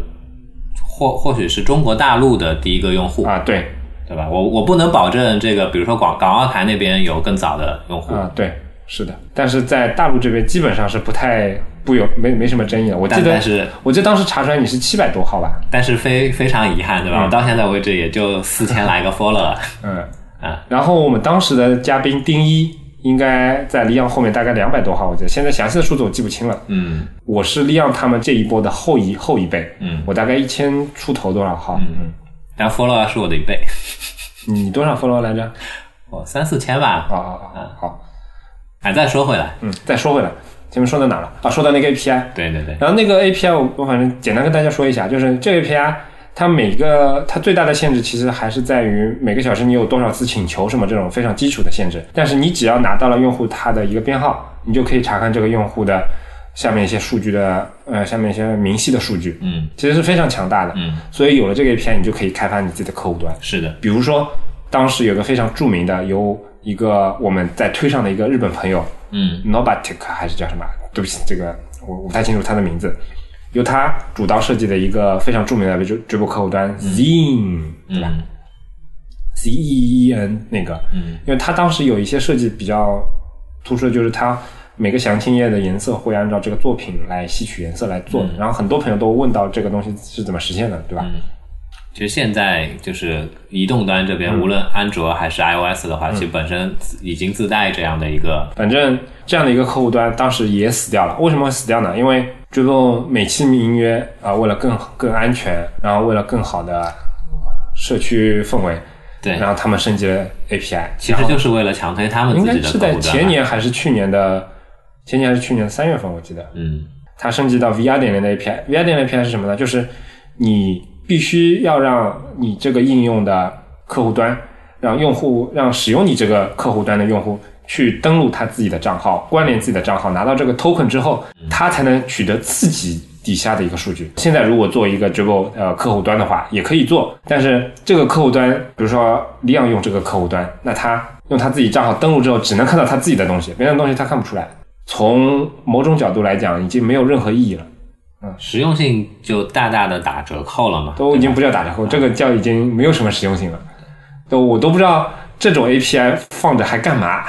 或或许是中国大陆的第一个用户，啊，对对吧？我我不能保证这个，比如说广港澳台那边有更早的用户，啊，对。是的，但是在大陆这边基本上是不太不有没没什么争议了。我记但得但是我记得当时查出来你是七百多号吧？但是非非常遗憾，对吧？嗯我到现在为止也就四千来个 follow 嗯，啊，然后我们当时的嘉宾丁一应该在李阳后面大概两百多号，我记得现在详细的数字我记不清了。嗯我是利昂他们这一波的后一后一辈，嗯，我大概一千出头多少号？嗯，但 follow 是我的一倍，你多少 follow 来着？我三四千吧。啊啊啊！好，哎，再说回来，嗯，再说回来，前面说到哪了？啊，说到那个 API，对对对，然后那个 API 我我反正简单跟大家说一下，就是这个 API 它每个它最大的限制其实还是在于每个小时你有多少次请求什么这种非常基础的限制。但是你只要拿到了用户他的一个编号，你就可以查看这个用户的下面一些数据的呃下面一些明细的数据，嗯其实是非常强大的。嗯，所以有了这个 API，你就可以开发你自己的客户端。是的，比如说，当时有个非常著名的，由一个我们在推上的一个日本朋友嗯 Nobatic 还是叫什么？对不起，这个我我不太清楚他的名字。由他主导设计的一个非常著名的追追捕客户端 Zeen，、对吧嗯？Z E E N 那个，嗯因为它当时有一些设计比较突出的，就是它每个详情页的颜色会按照这个作品来吸取颜色来做的。然后很多朋友都问到这个东西是怎么实现的，对吧？嗯。其实现在就是移动端这嗯边，无论安卓还是 iOS 的话，其实本身已经自带这样的一个，反正这样的一个客户端当时也死掉了。为什么会死掉呢？因为追梦美其名曰啊、为了更更安全，然后为了更好的社区氛围，对然，后他们升级了 API，其实就是为了强推他们应自己该的客是户端在吧。前年还是去年的前年还是去年三月份，我记得嗯它升级到 VR 点零的 API。VR 点零 API 是什么呢？就是你必须要让你这个应用的客户端，让用户让使用你这个客户端的用户去登录他自己的账号，关联自己的账号，拿到这个 token 之后，他才能取得自己。底下的一个数据，现在如果做一个 Dribble 呃客户端的话，也可以做，但是这个客户端，比如说李昂用这个客户端，那他用他自己账号登录之后，只能看到他自己的东西，别人的东西他看不出来。从某种角度来讲，已经没有任何意义了，实用性就大大的打折扣了嘛，都已经不叫打折扣，这个叫已经没有什么实用性了。都我都不知道这种 API 放着还干嘛。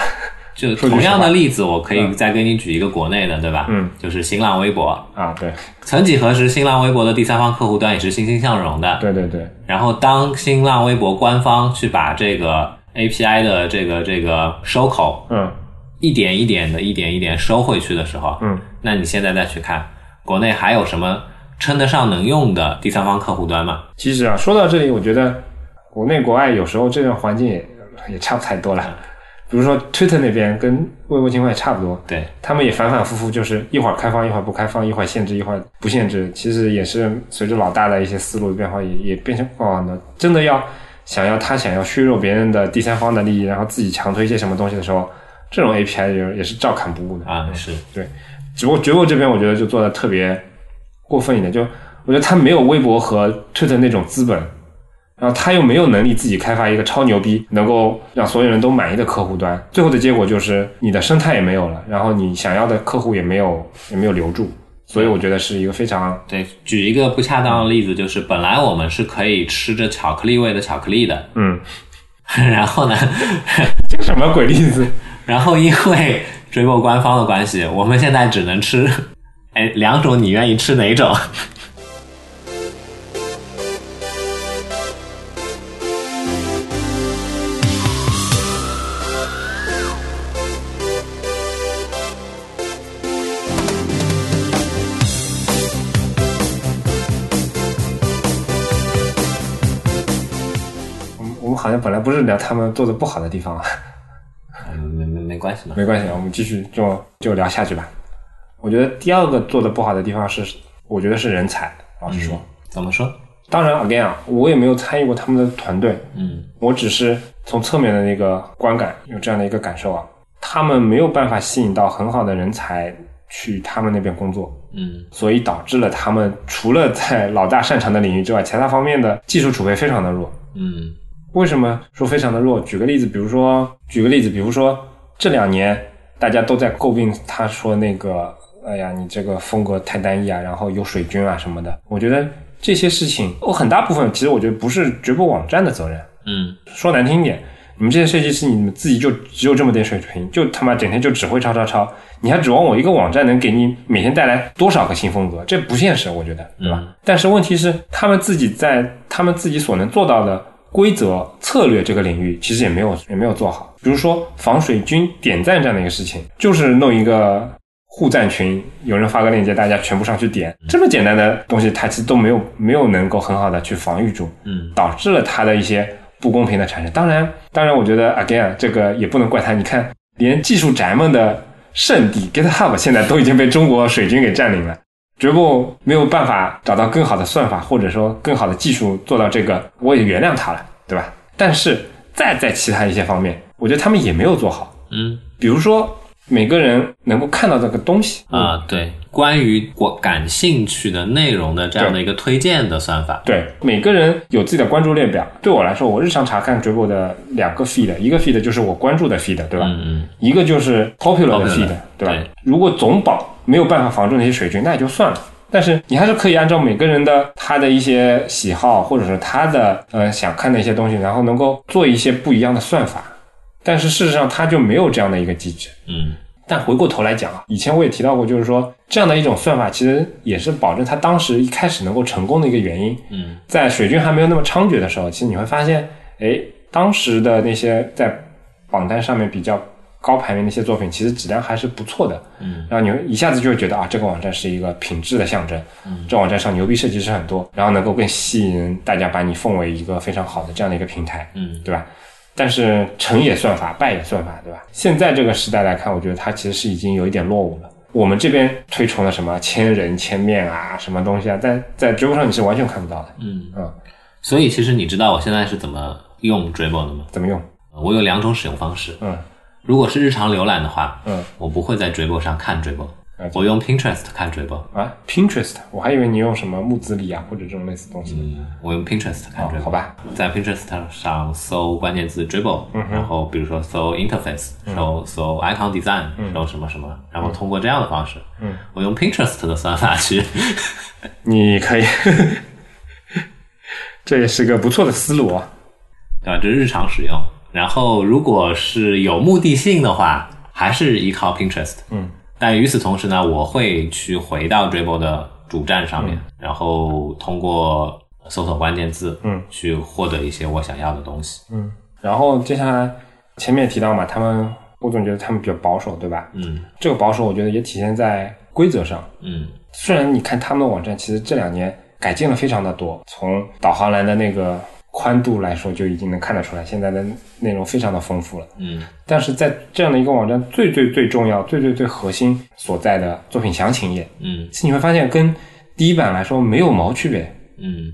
就说句同样实的话例子，我可以再给你举一个国内的，对吧？嗯，就是新浪微博。啊，对，曾几何时，新浪微博的第三方客户端也是欣欣向荣的。对对对，然后，当新浪微博官方去把这个 API 的这个这个收口嗯一点一点的、一点一点收回去的时候，嗯，那你现在再去看国内还有什么称得上能用的第三方客户端吗？其实啊，说到这里，我觉得国内国外有时候这种环境也也差不太多了。比如说 Twitter 那边跟微博情况也差不多，对，他们也反反复复，就是一会儿开放，一会儿不开放，一会儿限制，一会儿不限制。其实也是随着老大的一些思路的变化，也也变成哦，那真的要想要他想要削弱别人的第三方的利益，然后自己强推一些什么东西的时候，这种 API 也也是照砍不误的。啊，是，只不过 d r 这边我觉得就做的特别过分一点，就我觉得他没有微博和 Twitter 那种资本，然后他又没有能力自己开发一个超牛逼、能够让所有人都满意的客户端，最后的结果就是你的生态也没有了，然后你想要的客户也没有也没有留住，所以我觉得是一个非常对，举一个不恰当的例子，就是本来我们是可以吃着巧克力味的巧克力的， (laughs) 嗯，然后呢，这个什么鬼例子？然后因为追过官方的关系，我们现在只能吃，哎，两种你愿意吃哪种？我们我们好像本来不是聊他们做的不好的地方啊。嗯没没没关系嘛，没关系，我们继续就就聊下去吧。我觉得第二个做的不好的地方是，我觉得是人才。老实说，怎么说？当然 again 啊，我也没有参与过他们的团队，嗯我只是从侧面的那个观感有这样的一个感受啊，他们没有办法吸引到很好的人才去他们那边工作。嗯所以导致了他们除了在老大擅长的领域之外，其他方面的技术储备非常的弱。嗯为什么说非常的弱？举个例子，比如说，举个例子，比如说这两年大家都在诟病他说那个，哎呀，你这个风格太单一啊，然后有水军啊什么的。我觉得哦这些事情，我很大部分其实我觉得不是直播网站的责任，嗯说难听一点，你们这些设计师，你们自己就只有这么点水平，就他妈整天就只会抄抄抄，你还指望我一个网站能给你每天带来多少个新风格？这不现实，我觉得，对吧？但是问题是，他们自己在他们自己所能做到的规则、策略这个领域，其实也没有也没有做好。比如说防水军点赞这样的一个事情，就是弄一个互赞群，有人发个链接，大家全部上去点，这么简单的东西，它其实都没有没有能够很好的去防御住，嗯，导致了它的一些不公平的产生。当然，当然，我觉得 again 这个也不能怪他，你看，连技术宅们的圣地 GitHub 现在都已经被中国水军给占领了。绝不没有办法找到更好的算法，或者说更好的技术做到这个，我也原谅他了，对吧？但是再在其他一些方面，我觉得他们也没有做好。嗯比如说，每个人能够看到这个东西，啊、对，关于我感兴趣的内容的这样的一个推荐的算法，对，每个人有自己的关注列表。对我来说，我日常查看 Dribble 的两个 feed，一个 feed 就是我关注的 feed，对吧？嗯嗯，一个就是 popular popular，的 feed，对吧？对如果总保没有办法防住那些水军，那也就算了。但是你还是可以按照每个人的他的一些喜好，或者是他的呃想看的一些东西，然后能够做一些不一样的算法。但是事实上，他就没有这样的一个机制。嗯但回过头来讲啊，以前我也提到过，就是说这样的一种算法，其实也是保证他当时一开始能够成功的一个原因。嗯，在水军还没有那么猖獗的时候，其实你会发现，哎，当时的那些在榜单上面比较高排名的一些作品，其实质量还是不错的。嗯，然后你会一下子就会觉得啊，这个网站是一个品质的象征。嗯，这网站上牛逼设计师很多，然后能够更吸引大家把你奉为一个非常好的这样的一个平台。嗯对吧？但是成也算法，败也算法，对吧？现在这个时代来看，我觉得它其实是已经有一点落伍了。我们这边推崇的什么千人千面啊，什么东西啊，在在知乎上你是完全看不到的。嗯嗯，所以其实你知道我现在是怎么用 Dribble 的吗？怎么用？我有两种使用方式，嗯如果是日常浏览的话，嗯，我不会在 Dribble 上看 Dribble，了解我用 Pinterest 看 Dribble，啊，Pinterest，我还以为你用什么木子李啊，或者这种类似的东西。嗯，我用 Pinterest 看哦 Dribble，、好吧，在 Pinterest 上搜关键字 Dribble，、然嗯后比如说搜 interface，搜搜 icon design，、搜嗯什么什么，然后通过这样的方式，嗯，我用 Pinterest 的算法去，你可以， (laughs) 这也是个不错的思路啊。对吧？这是日常使用。然后如果是有目的性的话，还是依靠 Pinterest，嗯，但与此同时呢，我会去回到 Dribble 的主站上嗯面，然后通过搜索关键字，嗯，去获得一些我想要的东西。嗯，然后接下来前面也提到嘛，他们我总觉得他们比较保守，对吧？嗯这个保守，我觉得也体现在规则上。嗯虽然你看他们的网站，其实这两年改进了非常的多，从导航栏的那个宽度来说，就已经能看得出来，现在的内容非常的丰富了。嗯但是在这样的一个网站最最最重要、最最最核心所在的作品详情页，嗯其实你会发现跟第一版来说没有毛区别。嗯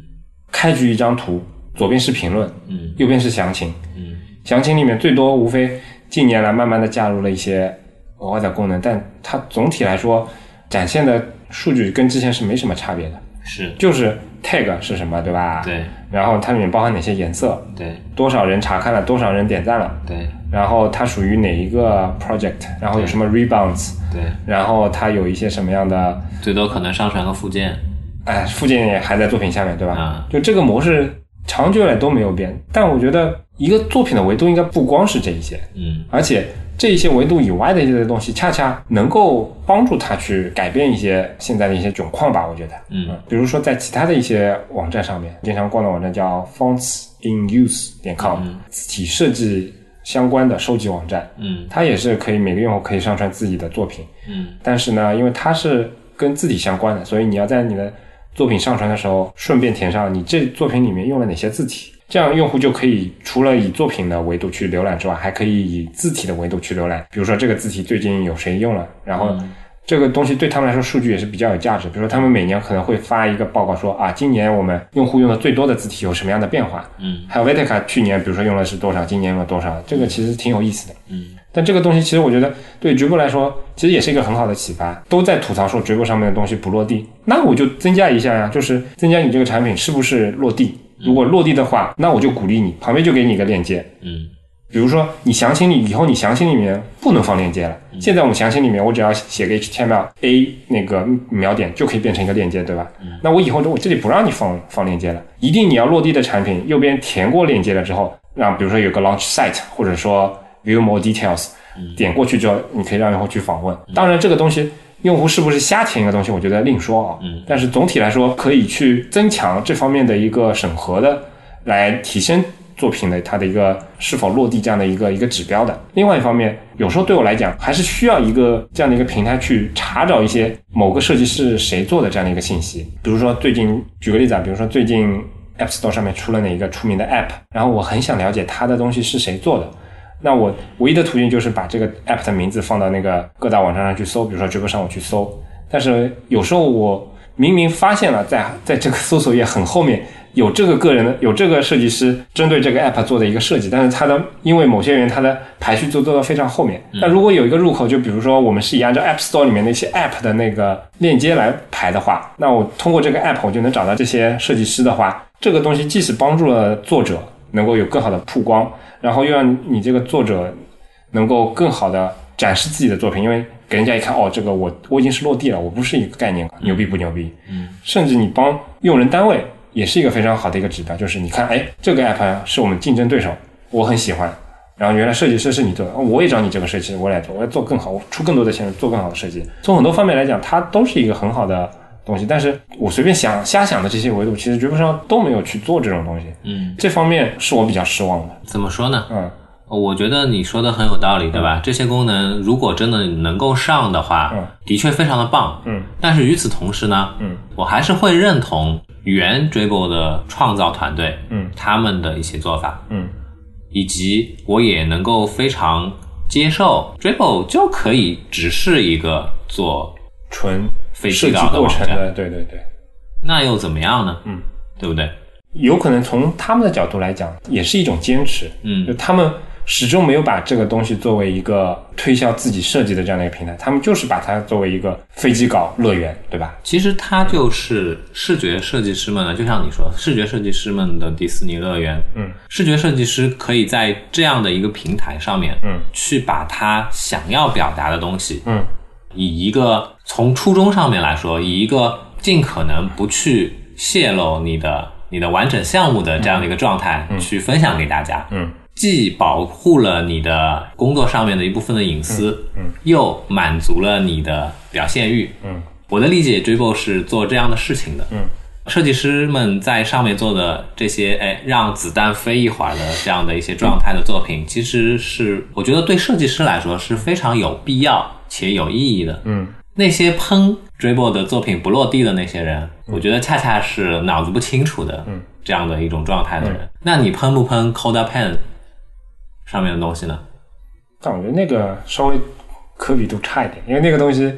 开局一张图，左边是评论，嗯右边是详情，嗯详情里面最多无非近年来慢慢的加入了一些额外的功能，但它总体来说展现的数据跟之前是没什么差别的，是，就是 tag 是什么，对吧？。对然后它里面包含哪些颜色，对多少人查看了，多少人点赞了，对然后它属于哪一个 project，然后有什么 rebounds，对，然后它有一些什么样的，最多可能上传个附件。哎，附件也还在作品下面，对吧？啊就这个模式长久以来都没有变，但我觉得一个作品的维度应该不光是这一些，嗯而且这一些维度以外的一些东西，恰恰能够帮助他去改变一些现在的一些窘况吧。我觉得，嗯，比如说在其他的一些网站上面，经常逛的网站叫 fonts in use 点 com，、字体设计相关的收集网站，嗯它也是可以每个用户可以上传自己的作品，嗯但是呢，因为它是跟字体相关的，所以你要在你的作品上传的时候，顺便填上你这作品里面用了哪些字体，这样用户就可以除了以作品的维度去浏览之外，还可以以字体的维度去浏览。比如说这个字体最近有谁用了，然后嗯这个东西对他们来说数据也是比较有价值。比如说他们每年可能会发一个报告说啊，今年我们用户用的最多的字体有什么样的变化，嗯还有 Vetica 去年比如说用的是多少，今年用了多少，这个其实挺有意思的。嗯但这个东西其实我觉得对直播来说，其实也是一个很好的启发。都在吐槽说直播上面的东西不落地，那我就增加一下呀，就是增加你这个产品是不是落地。如果落地的话，那我就鼓励你，旁边就给你一个链接。嗯比如说你详情里以后你详情里面不能放链接了，现在我们详情里面我只要写个 HTML A 那个秒点就可以变成一个链接，对吧？那我以后我这里不让你放放链接了，一定你要落地的产品右边填过链接了之后，让比如说有个 launch site，或者说 view more details，点过去之后，你可以让用户去访问。当然，这个东西用户是不是瞎填一个东西，我觉得另说啊。嗯但是总体来说，可以去增强这方面的一个审核的，来提升作品的它的一个是否落地这样的一个一个指标的。另外一方面，有时候对我来讲，还是需要一个这样的一个平台去查找一些某个设计是谁做的这样的一个信息。比如说最近，举个例子啊，比如说最近 App Store 上面出了哪一个出名的 App，然后我很想了解它的东西是谁做的。那我唯一的途径就是把这个 app 的名字放到那个各大网站上去搜，比如说知乎上我去搜。但是有时候我明明发现了在在这个搜索页很后面有这个个人的有这个设计师针对这个 app 做的一个设计，但是它的因为某些人他的排序就做到非常后面。那如果有一个入口，就比如说我们是以按照 App Store 里面的一些 app 的那个链接来排的话，那我通过这个 app 我就能找到这些设计师的话，这个东西即使帮助了作者，能够有更好的曝光，然后又让你这个作者能够更好的展示自己的作品，因为给人家一看，哦，这个我我已经是落地了，我不是一个概念，牛逼不牛逼？嗯，甚至你帮用人单位也是一个非常好的一个指标，就是你看，哎，这个 app 啊是我们竞争对手，我很喜欢。然后原来设计师是你做的，哦我也找你这个设计师，我来做，我要做更好，我出更多的钱，做更好的设计。从很多方面来讲，它都是一个很好的东西。但是我随便想瞎想的这些维度，其实绝不上都没有去做这种东西。嗯，这方面是我比较失望的。怎么说呢？嗯我觉得你说的很有道理，对吧？这些功能如果真的能够上的话，嗯的确非常的棒。嗯但是与此同时呢，嗯我还是会认同原 Dribble 的创造团队嗯他们的一些做法，嗯以及我也能够非常接受 Dribble 就可以只是一个做纯废设弃计稿的啊过网程站，的，对对对，那又怎么样呢？嗯，对不对？有可能从他们的角度来讲，也是一种坚持。就嗯他们始终没有把这个东西作为一个推销自己设计的这样的一个平台，他们就是把它作为一个飞机稿乐园，对吧？其实它就是视觉设计师们呢，就像你说，视觉设计师们的迪士尼乐园，嗯视觉设计师可以在这样的一个平台上面，嗯去把他想要表达的东西，嗯以一个从初衷上面来说，以一个尽可能不去泄露你的你的完整项目的这样的一个状态、去分享给大家，嗯既保护了你的工作上面的一部分的隐私，嗯又满足了你的表现欲，嗯我的理解，Dribble 是做这样的事情的。嗯，设计师们在上面做的这些，哎，让子弹飞一会儿的这样的一些状态的作品，其实是我觉得对设计师来说是非常有必要且有意义的。嗯那些喷 Dribble 的作品不落地的那些人，我觉得恰恰是脑子不清楚的，嗯，这样的一种状态的人。那你喷不喷 Coda Pen 上面的东西呢？但我觉得那个稍微可比度差一点，因为那个东西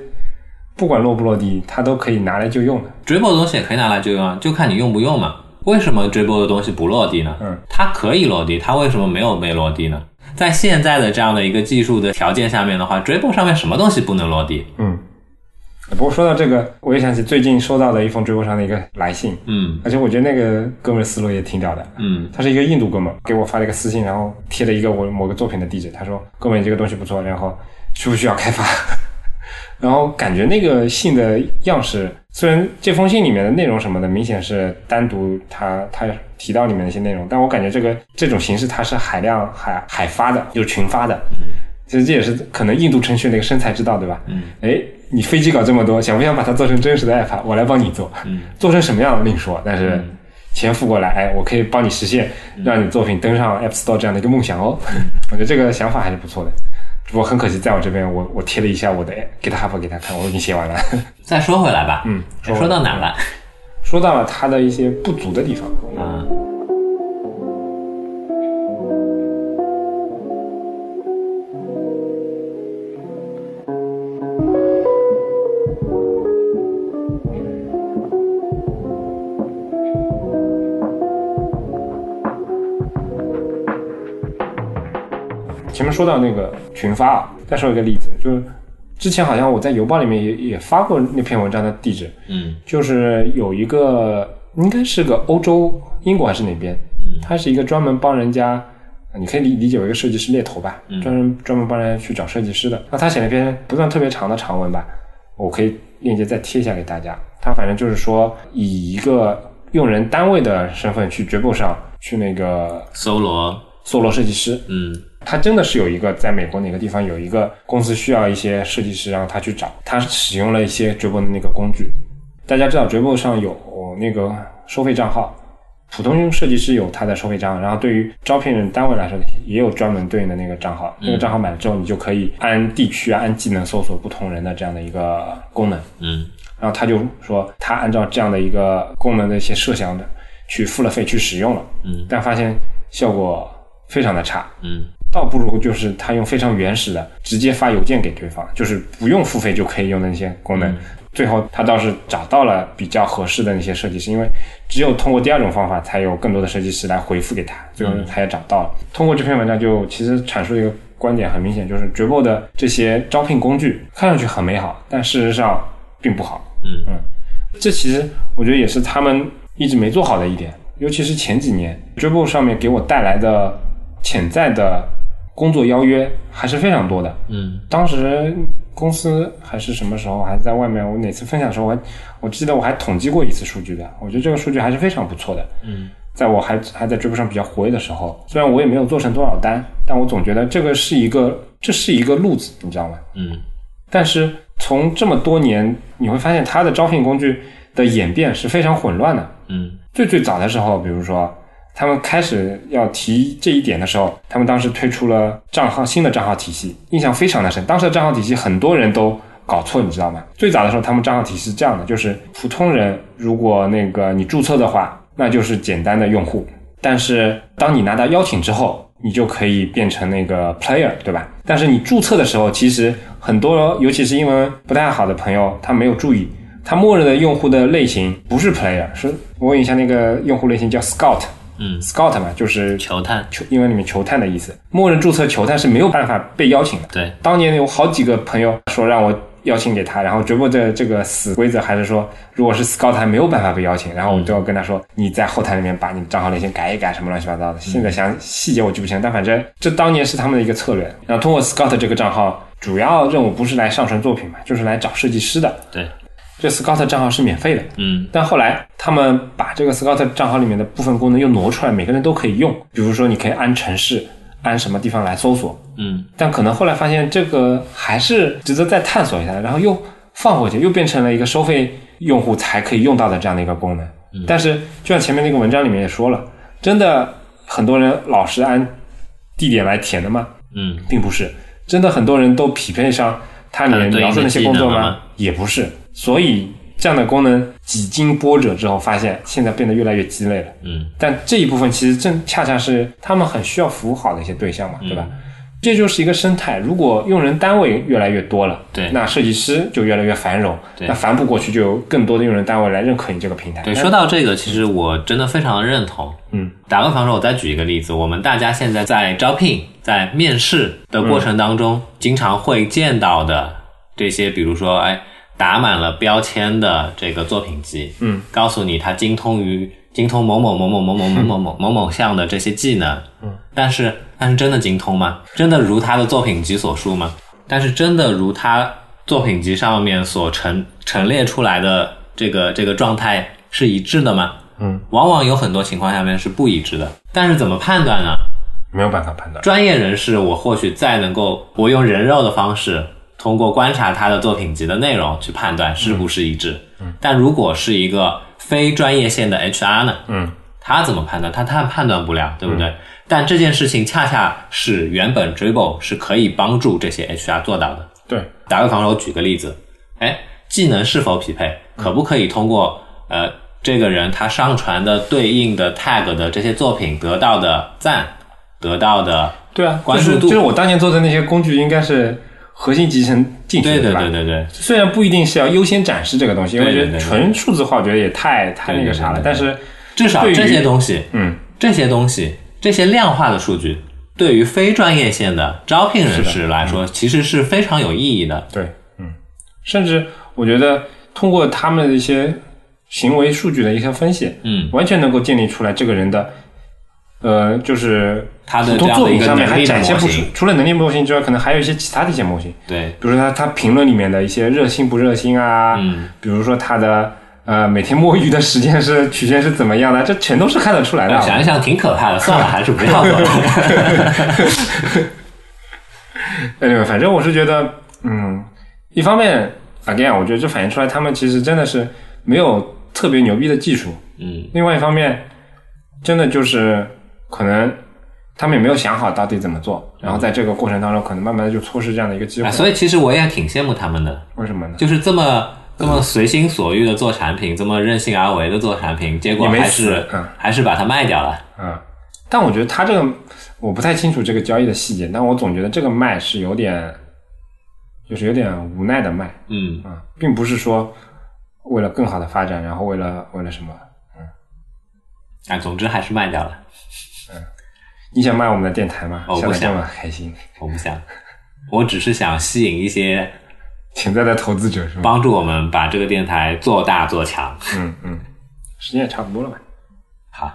不管落不落地，它都可以拿来就用的。 Dribble 的东西也可以拿来就用，啊，就看你用不用嘛。为什么 Dribble 的东西不落地呢？嗯，它可以落地，它为什么没有被落地呢？在现在的这样的一个技术的条件下面的话，Dribble 上面什么东西不能落地？嗯，不过说到这个，我也想起最近收到的一封追播上的一个来信，嗯而且我觉得那个哥们儿思路也挺屌的。嗯他是一个印度哥们儿，给我发了一个私信，然后贴了一个我某个作品的地址。他说：“哥们儿，你这个东西不错，然后需不需要开发？” (laughs) 然后感觉那个信的样式，虽然这封信里面的内容什么的明显是单独他他提到里面的一些内容，但我感觉这个这种形式它是海量海海发的，就是群发的。其实这也是可能印度程序的一个生财之道，对吧？嗯，哎，你飞机搞这么多，想不想把它做成真实的 app？啊我来帮你做，嗯，做成什么样另说，但是钱付过来，哎，我可以帮你实现，嗯让你作品登上 App Store 这样的一个梦想哦。 (laughs) 我觉得这个想法还是不错的，只不过很可惜，在我这边我我贴了一下我的 GitHub 给他看，我已经写完了。 (laughs) 再说回来吧，嗯哎说到哪了？说到了它的一些不足的地方，嗯前面说到那个群发啊，再说一个例子，就是之前好像我在邮报里面也也发过那篇文章的地址，嗯就是有一个应该是个欧洲英国还是哪边，嗯他是一个专门帮人家，呃你可以理理解为一个设计师猎头吧，专门专门帮人家去找设计师的。那他写了一篇不算特别长的长文吧，我可以链接再贴一下给大家。他反正就是说以一个用人单位的身份去 Dribble 上去那个搜罗梭罗设计师，嗯他真的是有一个在美国哪个地方有一个公司需要一些设计师，然后他去找，他使用了一些 Dribble 的那个工具。大家知道 Dribble 上有那个收费账号，普通设计师有他的收费账号，然后对于招聘人单位来说也有专门对应的那个账号。那个账号买了之后，你就可以按地区啊、按技能搜索不同人的这样的一个功能。嗯然后他就说他按照这样的一个功能的一些设想的去付了费去使用了，嗯，但发现效果非常的差，嗯倒不如就是他用非常原始的直接发邮件给对方，就是不用付费就可以用的那些功能。最后他倒是找到了比较合适的那些设计师，因为只有通过第二种方法，才有更多的设计师来回复给他。最后他也找到了。通过这篇文章就其实阐述了一个观点，很明显就是 Dribble 的这些招聘工具看上去很美好，但事实上并不好。嗯嗯，这其实我觉得也是他们一直没做好的一点，尤其是前几年 Dribble 上面给我带来的潜在的工作邀约还是非常多的。嗯当时公司还是什么时候，还是在外面，我哪次分享的时候，我还我记得我还统计过一次数据的，我觉得这个数据还是非常不错的。嗯在我还还在追不上比较活跃的时候，虽然我也没有做成多少单，但我总觉得这个是一个这是一个路子，你知道吗？嗯但是从这么多年，你会发现它的招聘工具的演变是非常混乱的。嗯最最早的时候，比如说他们开始要提这一点的时候，他们当时推出了账号新的账号体系，印象非常的深。当时的账号体系很多人都搞错，你知道吗？最早的时候，他们账号体系是这样的，就是普通人如果那个你注册的话，那就是简单的用户，但是当你拿到邀请之后。你就可以变成那个 player，对吧？但是你注册的时候，其实很多，尤其是英文不太好的朋友，他没有注意，它默认的用户的类型不是 player，是我问一下那个用户类型叫 scout，scout 嗯，嘛，就是球探，球英文里面球探的意思。默认注册球探是没有办法被邀请的。对，当年有好几个朋友说让我邀请给他，然后 Dribble 的这个死规则还是说，如果是 scout 还没有办法被邀请，然后我就要跟他说，你在后台里面把你的账号类型改一改，什么乱七八糟的。现在想细节我记不清，但反正这当年是他们的一个策略。然后通过 scout 这个账号，主要任务不是来上传作品嘛，就是来找设计师的。对，这 scout 账号是免费的，嗯但后来他们把这个 Scout 账号里面的部分功能又挪出来，每个人都可以用。比如说，你可以按城市、按什么地方来搜索，嗯但可能后来发现这个还是值得再探索一下，然后又放回去，又变成了一个收费用户才可以用到的这样的一个功能。嗯但是就像前面那个文章里面也说了，真的很多人老是按地点来填的吗？嗯并不是，真的很多人都匹配上他里面描述那些工它作对应的技能吗吗？也不是，所以这样的功能几经波折之后，发现现在变得越来越鸡肋了。嗯但这一部分其实正恰恰是他们很需要服务好的一些对象嘛，对吧？嗯这就是一个生态。如果用人单位越来越多了，对那设计师就越来越繁荣，对那反哺过去就有更多的用人单位来认可你这个平台。对，说到这个，其实我真的非常认同。嗯，打个比方说，我再举一个例子，我们大家现在在招聘、在面试的过程当中，经常会见到的这些，比如说，哎，打满了标签的这个作品集，嗯，告诉你它精通于精通某某某某某某某某某某某项的这些技能，嗯，但是但是真的精通吗？真的如他的作品集所述吗？但是真的如他作品集上面所陈陈列出来的这个这个状态是一致的吗？嗯，往往有很多情况下面是不一致的。但是怎么判断呢？没有办法判断。专业人士，我或许再能够我用人肉的方式，通过观察他的作品集的内容去判断是不是一致。嗯，但如果是一个非专业线的 HR 呢？嗯，他怎么判断？他他判断不了，对不对？但这件事情恰恰是原本 Dribble 是可以帮助这些 HR 做到的。对，打个比方说，我举个例子，哎，技能是否匹配，可不可以通过呃这个人他上传的对应的 tag 的这些作品得到的赞，得到的对啊，关注就是度就是我当年做的那些工具，应该是核心集成进去的，对对吧？对对对，虽然不一定是要优先展示这个东西，因为我觉对对得对纯数字化，我觉得也太太那个啥了。对对对对但是，至少对于这些东西，嗯，这些东西，这些量化的数据，对于非专业线的招聘人士来说，嗯其实是非常有意义的。对，嗯，甚至我觉得通过他们的一些行为数据的一些分析，嗯，完全能够建立出来这个人的，呃，就是他的普这通样作的一品个上面能还力的展现模不出型，，除了能力模型之外，可能还有一些其他的一些模型，对，比如说他他评论里面的一些热心不热心啊，嗯比如说他的呃每天摸鱼的时间是曲线是怎么样的，这全都是看得出来的。想一想挺可怕的，算了，还是不要 (laughs) 了。 anyway，反正我是觉得，嗯，一方面，again，我觉得这反映出来他们其实真的是没有特别牛逼的技术；嗯另外一方面，真的就是可能他们也没有想好到底怎么做，然后在这个过程当中，可能慢慢的就错失这样的一个机会。啊，所以其实我也挺羡慕他们的，为什么呢？就是这么这么随心所欲的做产品，这么任性而为的做产品，结果也没还死是嗯还是把它卖掉了。嗯，但我觉得他这个我不太清楚这个交易的细节，但我总觉得这个卖是有点，就是有点无奈的卖。嗯，啊，并不是说为了更好的发展，然后为了为了什么？啊，总之还是卖掉了。你想卖我们的电台吗？哦想不的这想么开心，我不想， (laughs) 我只是想吸引一些潜在的投资者是吗？帮助我们把这个电台做大做强。嗯嗯，时间也差不多了吧？好，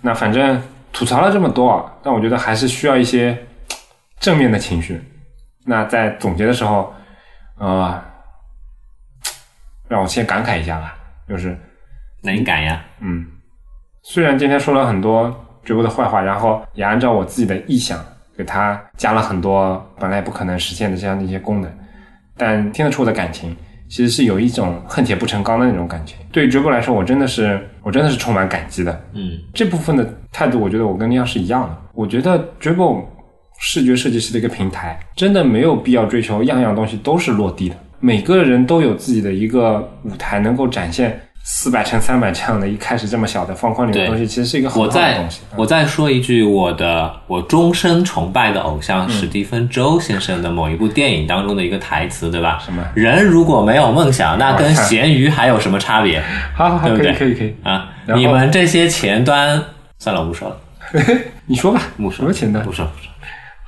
那反正吐槽了这么多，啊，但我觉得还是需要一些嘖正面的情绪。那在总结的时候，呃，嘖让我先感慨一下吧，就是那你敢呀？嗯，虽然今天说了很多追波的坏话，然后也按照我自己的意向给它加了很多本来不可能实现的这样的一些功能，但听得出我的感情，其实是有一种恨铁不成钢的那种感情。对于追波来说，我真的是我真的是充满感激的。嗯这部分的态度，我觉得我跟亮是一样的。我觉得 Dribble 视觉设计师的一个平台，真的没有必要追求样样东西都是落地的。每个人都有自己的一个舞台，能够展现四百乘三百这样的一开始这么小的方框里面的东西，其实是一个很我好的再东西。我再说一句，我的我终身崇拜的偶嗯像史蒂芬周先生的某一部电影当中的一个台词，对吧？什么人如果没有梦想，那跟咸鱼还有什么差别好好好，对不可以对可以可以，啊？然后你们这些前端，算了，我不说了，你说吧，不什说么了，前端？不说了不说了。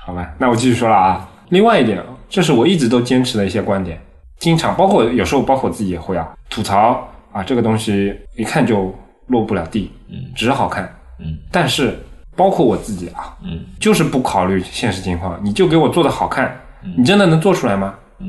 好吧，那我继续说了啊。另外一点，这是我一直都坚持的一些观点，经常包括有时候包括我自己也会啊吐槽啊这个东西一看就落不了地，嗯，只好看，嗯，但是包括我自己啊，嗯，就是不考虑现实情况，你就给我做的好看，你真的能做出来吗？嗯，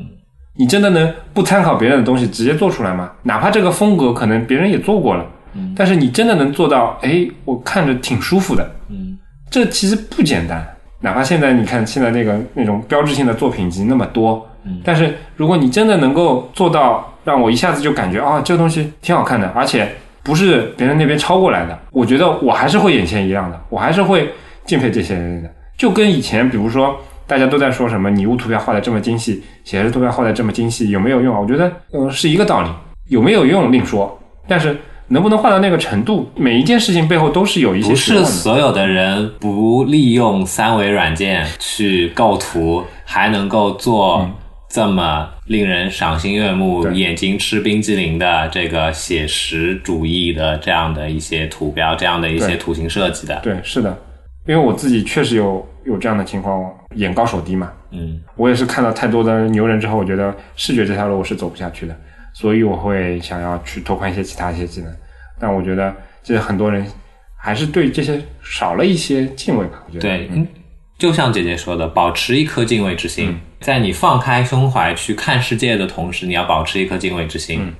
你真的能不参考别人的东西直接做出来吗？哪怕这个风格可能别人也做过了，嗯，但是你真的能做到，哎，我看着挺舒服的，嗯这其实不简单。哪怕现在你看现在那个那种标志性的作品集那么多，嗯但是如果你真的能够做到让我一下子就感觉啊，这个东西挺好看的，而且不是别人那边抄过来的，我觉得我还是会眼前一亮的，我还是会敬佩这些人的。就跟以前，比如说大家都在说什么拟物图标画的这么精细，写实图标画的这么精细有没有用啊？我觉得呃是一个道理，有没有用另说，但是能不能画到那个程度，每一件事情背后都是有一些不学是问的所有的人不利用三维软件去构图，还能够做这么令人赏心悦目、嗯对眼睛吃冰激凌的这个写实主义的这样的一些图标、这样的一对些图形设计的。对，是的，因为我自己确实有有这样的情况，眼高手低嘛。嗯我也是看到太多的牛人之后，我觉得视觉这条路我是走不下去的，所以我会想要去拓宽一些其他一些技能。但我觉得，这很多人还是对这些少了一些敬畏吧。我觉得，对，嗯就像姐姐说的，保持一颗敬畏之心，在你放开胸怀去看世界的同时，你要保持一颗敬畏之心。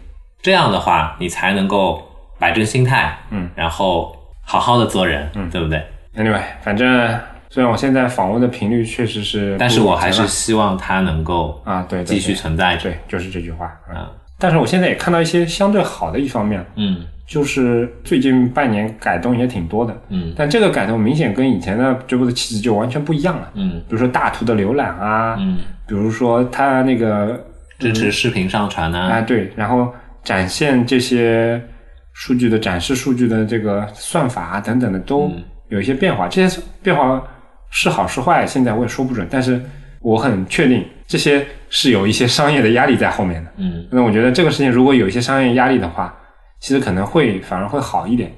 这样的话，你才能够摆正心态，嗯，然后好好的做人，嗯，对不对？ anyway，反正虽然我现在访问的频率确实是不如以前了，但是我还是希望它能够啊，对，对继续存在着。对对，就是这句话啊。但是我现在也看到一些相对好的一方面，嗯就是最近半年改动也挺多的，嗯但这个改动明显跟以前的追播的气质就完全不一样了。嗯比如说大图的浏览啊，嗯，比如说它那个支持视频上传呢、啊对，然后展现这些数据的展示数据的这个算法啊等等的都有一些变化。这些变化是好是坏，现在我也说不准，但是我很确定这些是有一些商业的压力在后面的。嗯那我觉得这个事情如果有一些商业压力的话，其实可能会反而会好一点，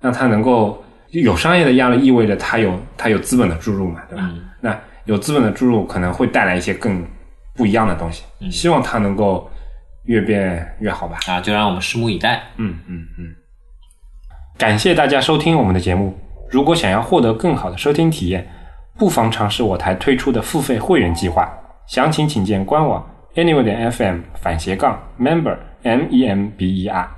让它能够有商业的压力，意味着它有它有资本的注入嘛，对吧？嗯那有资本的注入可能会带来一些更不一样的东西，嗯希望它能够越变越好吧。啊，就让我们拭目以待。嗯嗯嗯，感谢大家收听我们的节目。如果想要获得更好的收听体验，不妨尝试我台推出的付费会员计划。详情请见官网 anyway 点 fm 反斜杠 member M E M B E R。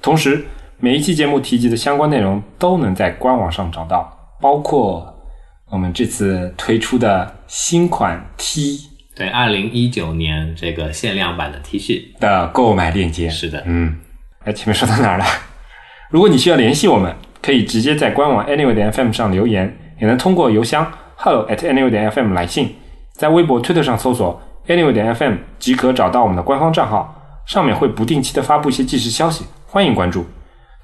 同时，每一期节目提及的相关内容都能在官网上找到，包括我们这次推出的新款 T 对，二零一九年这个限量版的 T 恤，的购买链接。是的，嗯，哎，前面说到哪儿了？ (laughs) 如果你需要联系我们，可以直接在官网 anyway 点 fm 上留言，也能通过邮箱 hello at anyway 点 fm 来信，在微博、推特上搜索 anyway 点 fm 即可找到我们的官方账号，上面会不定期的发布一些即时消息，欢迎关注。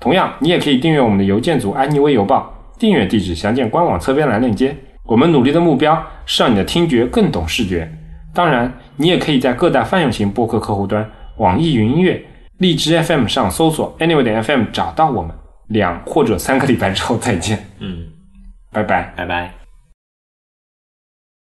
同样，你也可以订阅我们的邮件组安妮微邮报，订阅地址详见官网侧边栏链接。我们努力的目标是让你的听觉更懂视觉。当然，你也可以在各大泛用型播客客户端、网易云音乐、荔枝 FM 上搜索 Anyway 点 FM 找到我们。两或者三个礼拜之后再见，嗯，拜拜。拜拜。